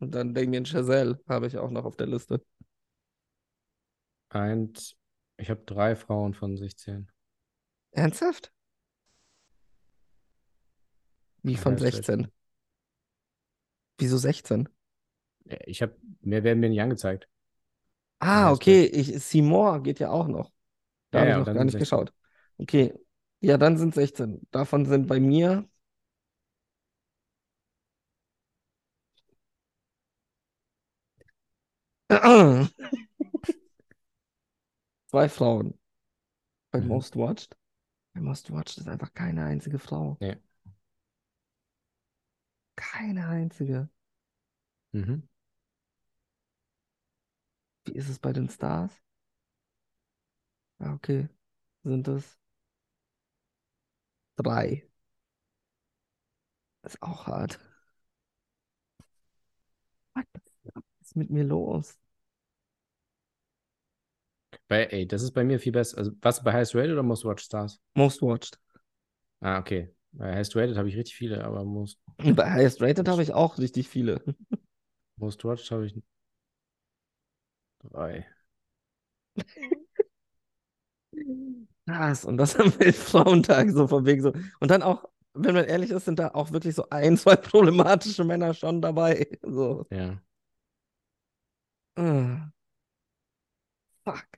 S3: Und dann Damien Chazelle habe ich auch noch auf der Liste.
S4: Eins, ich habe drei Frauen von 16.
S3: Ernsthaft? Wie von
S4: Highest
S3: 16?
S4: rated.
S3: Wieso 16?
S4: Äh, Ich habe, mehr werden mir nicht angezeigt.
S3: Ah,
S4: Highest
S3: okay. Ich, Seymour geht ja auch noch. Da habe ich
S4: Ja, ja,
S3: noch
S4: dann
S3: gar nicht
S4: sind 16.
S3: geschaut. Okay. Ja, dann sind 16. Davon sind bei mir [CLEARS THROAT] Zwei Frauen. Bei
S4: Mhm.
S3: Most Watched. Bei Most Watched ist einfach keine einzige Frau.
S4: Nee.
S3: Keine einzige.
S4: Mhm.
S3: Wie ist es bei den Stars? Ja, okay. Sind es drei. Ist auch hart. What the fuck ist mit mir los?
S4: Bei, ey, das ist bei mir viel besser. Also, was bei Highest Rated oder Most Watched Stars?
S3: Most watched.
S4: Ah, okay. Bei Highest Rated habe ich richtig viele, aber Most,
S3: Und Bei Highest Rated habe ich auch richtig viele.
S4: Most Watched habe ich drei.
S3: Krass, und das [LAUGHS] am Weltfrauentag so von wegen so. Und dann auch, wenn man ehrlich ist, sind da auch wirklich so ein, zwei [LAUGHS] problematische Männer schon dabei. So.
S4: Ja.
S3: Ah. Fuck.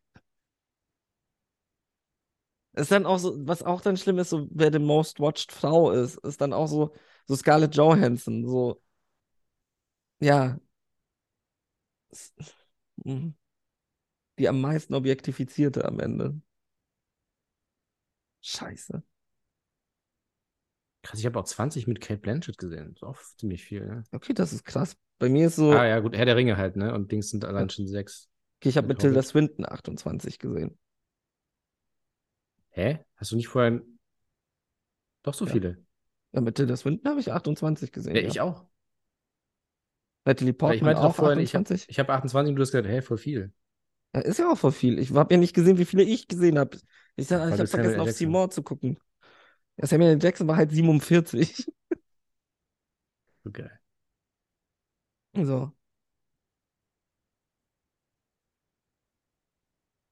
S3: Ist dann auch so, was auch dann schlimm ist, so wer die most watched Frau ist, ist dann auch so, so Scarlett Johansson, so. Ja. S- Mhm. Die am meisten objektifizierte am Ende. Scheiße.
S4: Krass, ich habe auch 20 mit Kate Blanchett gesehen. Ist auch ziemlich viel, ne?
S3: Okay, das ist krass. Bei mir ist so,
S4: Ah, ja, gut, Herr der Ringe halt, ne? Und Dings sind allein schon sechs.
S3: okay, ich habe
S4: mit
S3: mit Tilda
S4: Hobbit.
S3: Swinton 28 gesehen.
S4: Hä? Hast du nicht vorher doch so
S3: Ja.
S4: viele?
S3: Ja, mit Tilda Swinton habe ich 28 gesehen.
S4: Ja,
S3: ja.
S4: ich auch.
S3: Natalie
S4: Weil ich
S3: Portman
S4: meinte doch
S3: auch
S4: vorhin, ich hab-
S3: 28.
S4: Ich habe 28 und du hast gesagt, hä, voll viel.
S3: Ja, ist ja auch voll viel. Ich habe ja nicht gesehen, wie viele ich gesehen habe. Ich, sag, ich
S4: Weil
S3: habe
S4: du Samuel
S3: vergessen,
S4: L.
S3: auf
S4: Jackson-
S3: Seymour zu gucken. Ja, Samuel L. Jackson war halt 47.
S4: So geil.
S3: [LAUGHS] So.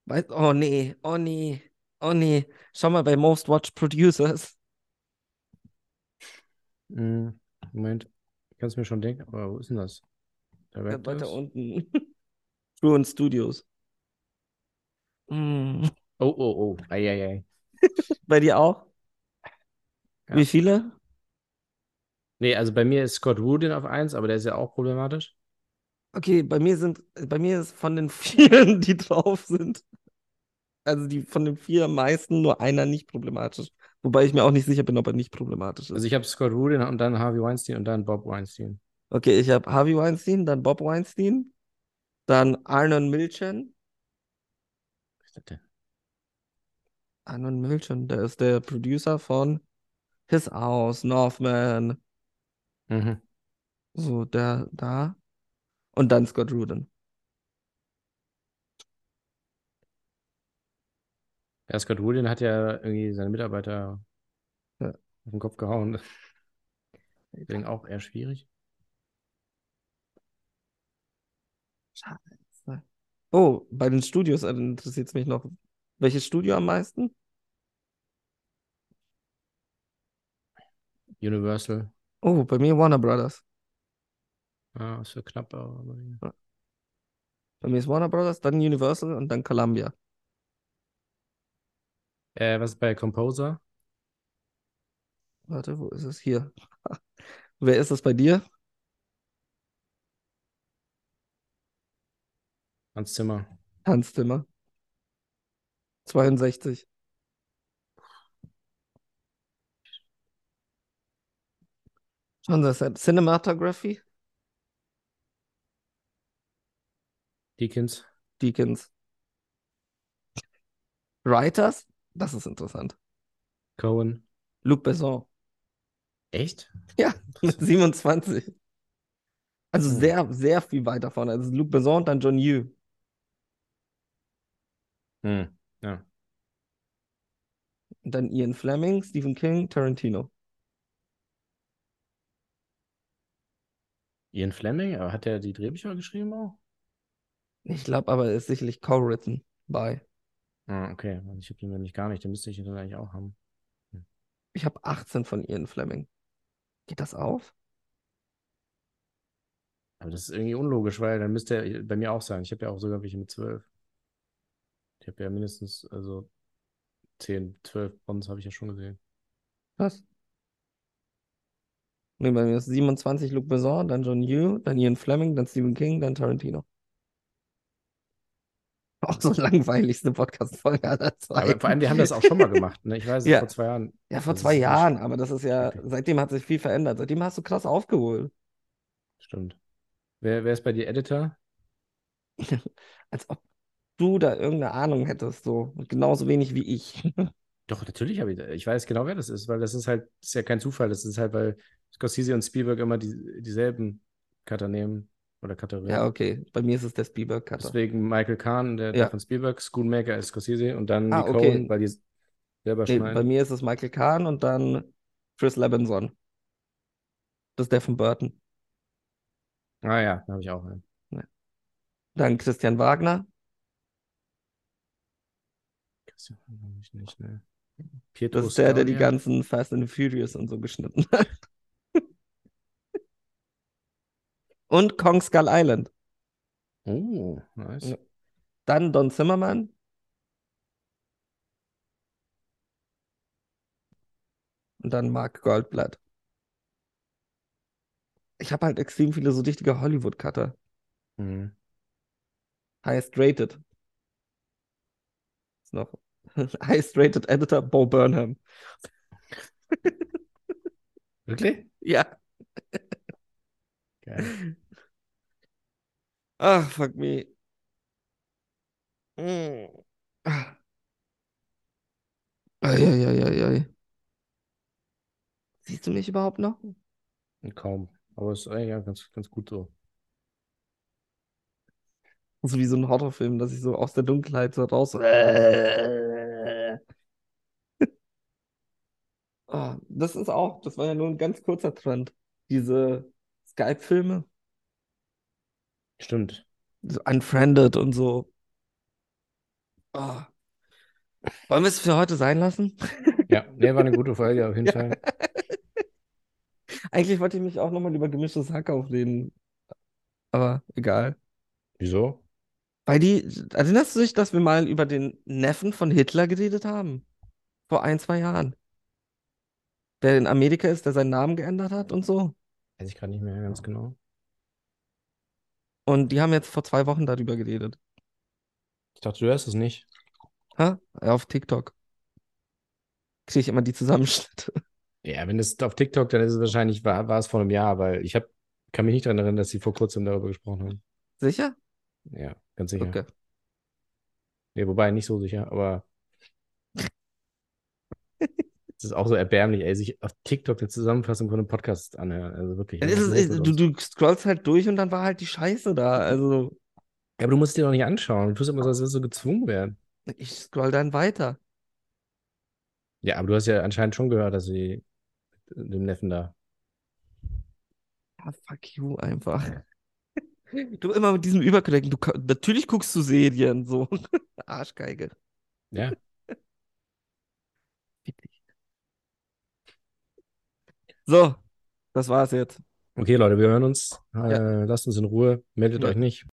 S3: Weißt, oh nee, oh nee, oh nee. Schau mal bei Most Watched Producers. [LAUGHS]
S4: Mhm. Moment, ich kann es mir schon denken, aber wo ist denn das?
S3: Ja, weiter
S4: Directors?
S3: unten. [LAUGHS] True and Studios. Mm. [LAUGHS]
S4: Oh, oh, oh. Eieiei.
S3: Bei dir auch?
S4: Ja.
S3: Wie viele?
S4: Nee, also bei mir ist Scott Rudin auf 1, aber der ist ja auch problematisch.
S3: Okay, bei mir sind, äh, bei mir ist von den [LAUGHS] vielen, die drauf sind, also die von den vier am meisten nur einer nicht problematisch. Wobei ich mir auch nicht sicher bin, ob er nicht problematisch
S4: Also
S3: ist.
S4: ich habe Scott Rudin und dann Harvey Weinstein und dann Bob Weinstein.
S3: Okay, ich habe Harvey Weinstein, dann Bob Weinstein, dann Arnon Milchan.
S4: Was ist das denn?
S3: Arnon Milchan, der ist der Producer von His House, Northman,
S4: Mhm.
S3: so der da. Und dann Scott Rudin.
S4: Ja, Scott Rudin hat ja irgendwie seine Mitarbeiter
S3: Ja.
S4: auf den Kopf gehauen. [LAUGHS] Deswegen auch eher schwierig.
S3: Scheiße. Oh, bei den Studios interessiert es mich noch. Welches Studio am meisten?
S4: Universal.
S3: Oh, bei mir Warner Brothers.
S4: Ah, ist ja knapp, aber.
S3: Bei mir ist Warner Brothers, dann Universal und dann Columbia.
S4: Äh, was ist bei Composer?
S3: Warte, wo ist es? Hier. [LAUGHS] Wer ist das bei dir?
S4: Hans Zimmer.
S3: Hans Zimmer. 62. Schon das Cinematography?
S4: Deakins.
S3: Deakins. Writers? Das ist interessant.
S4: Cohen.
S3: Luc Besson. [LAUGHS]
S4: Echt?
S3: 27. Also
S4: Hm.
S3: sehr, sehr viel weiter vorne. Also Luc Besson und dann John Yu.
S4: [LAUGHS] Hm. Ja.
S3: Und dann Ian Fleming, Stephen King, Tarantino.
S4: Ian Fleming, aber hat er die Drehbücher geschrieben auch?
S3: Ich glaube aber, er ist sicherlich co-written bei.
S4: Ah, okay. Ich habe den nämlich gar nicht. Den müsste ich dann eigentlich auch haben.
S3: Ich habe 18 von Ian Fleming. Geht das auf?
S4: Aber das ist irgendwie unlogisch, weil dann müsste er bei mir auch sein. Ich habe ja auch sogar welche mit zwölf. Ich habe ja mindestens, also zehn, zwölf Bonds habe ich ja schon gesehen.
S3: Was? Nee, bei mir ist 27 Luc Besson, dann John Yu, dann Ian Fleming, dann Stephen King, dann Tarantino. auch so langweiligste Podcast-Folge aller
S4: Aber
S3: Zeiten.
S4: vor allem, wir haben das auch schon mal gemacht. Ne? Ich weiß es,
S3: Ja.
S4: vor zwei Jahren.
S3: [LAUGHS] Ja, vor
S4: Das
S3: zwei
S4: ist nicht-
S3: Jahren, aber das ist ja, seitdem hat sich viel verändert. Seitdem hast du krass aufgeholt.
S4: Stimmt. Wer, wer ist bei dir Editor?
S3: Als ob du da irgendeine Ahnung hättest, so. Genauso wenig wie ich. [LAUGHS]
S4: Doch, natürlich habe ich. Ich weiß genau, wer das ist, weil das ist halt, das ist ja kein Zufall. Das ist halt, weil Scorsese und Spielberg immer die, dieselben Cutter nehmen oder Cutterin.
S3: Ja, okay. Bei mir ist es der Spielberg-Cutter.
S4: Deswegen Michael Kahn, der, der
S3: Ja.
S4: von Spielberg, Schoonmaker ist Scorsese und dann
S3: Ah,
S4: die
S3: okay.
S4: Coen, weil die selber
S3: Nee, bei
S4: schneiden.
S3: mir ist es Michael Kahn und dann Chris Lebenson. Das ist der von Burton.
S4: Ah ja, da habe ich auch einen.
S3: Dann Christian Wagner.
S4: Christian, hab ich nicht, ne?
S3: Das
S4: Pietro
S3: ist der, der die
S4: Scalia.
S3: ganzen Fast and Furious und so geschnitten hat. [LAUGHS] Und Kong Skull Island.
S4: Oh, nice.
S3: Ja. Dann Don Zimmermann. Und dann Mark Goldblatt. Ich habe halt extrem viele so richtige Hollywood-Cutter.
S4: Mhm.
S3: Highest rated. Ist noch. [LAUGHS] Highest rated Editor Bo Burnham.
S4: Wirklich?
S3: Ja. [LAUGHS]
S4: Geil.
S3: Ach, Ah, fuck me. Mm. Ah. Eieieiei. Siehst du mich überhaupt noch?
S4: Kaum. Aber es ist äh, ja ganz, ganz gut so.
S3: So wie so ein Horrorfilm, dass ich so aus der Dunkelheit so raus. [LAUGHS] Ah, das ist auch, das war ja nur ein ganz kurzer Trend. Diese Skype-Filme,
S4: Stimmt.
S3: so Unfriended und so. Ah. Wollen wir es für heute sein lassen?
S4: Ja, nee, war eine gute Folge auf
S3: [LAUGHS]
S4: jeden
S3: Ja.
S4: Fall.
S3: Eigentlich wollte ich mich auch nochmal über gemischtes Hack aufreden. Aber egal.
S4: Wieso?
S3: Weil die, erinnerst du dich, dass wir mal über den Neffen von Hitler geredet haben? Vor ein, zwei Jahren. Der in Amerika ist, der seinen Namen geändert hat und so.
S4: Weiß ich gerade nicht mehr ganz genau.
S3: Und die haben jetzt vor zwei Wochen darüber geredet.
S4: Ich dachte, du hörst es nicht.
S3: Ha? Ja, Auf TikTok. Kriege ich immer die Zusammenschnitte. [LAUGHS]
S4: Ja, wenn es auf TikTok, dann ist es wahrscheinlich, war, war es vor einem Jahr, weil ich hab, kann mich nicht daran erinnern, dass sie vor kurzem darüber gesprochen haben.
S3: Sicher?
S4: Ja, ganz sicher.
S3: Okay.
S4: Nee, wobei nicht so sicher,
S3: [LAUGHS]
S4: aber es ist auch so erbärmlich, ey, sich auf TikTok eine Zusammenfassung von einem Podcast anhören. Also wirklich.
S3: Das
S4: was
S3: ist,
S4: los mit
S3: ist- du,
S4: uns?
S3: du scrollst halt durch und dann war halt die Scheiße da. Also,
S4: Ja, aber du musst es dir doch nicht anschauen. Du tust immer so, als würdest du gezwungen werden.
S3: ich scroll dann weiter.
S4: Ja, aber du hast ja anscheinend schon gehört, dass sie mit dem Neffen da.
S3: Ja, Ah, fuck you einfach. [LAUGHS] Du immer mit diesem Überkrecken. Du, ka- natürlich guckst du Serien, so. [LAUGHS] Arschgeige. [LAUGHS]
S4: Ja.
S3: So, das war's jetzt.
S4: Okay, Leute, wir hören uns. Äh, lasst uns in Ruhe. Meldet
S3: Ja.
S4: euch nicht.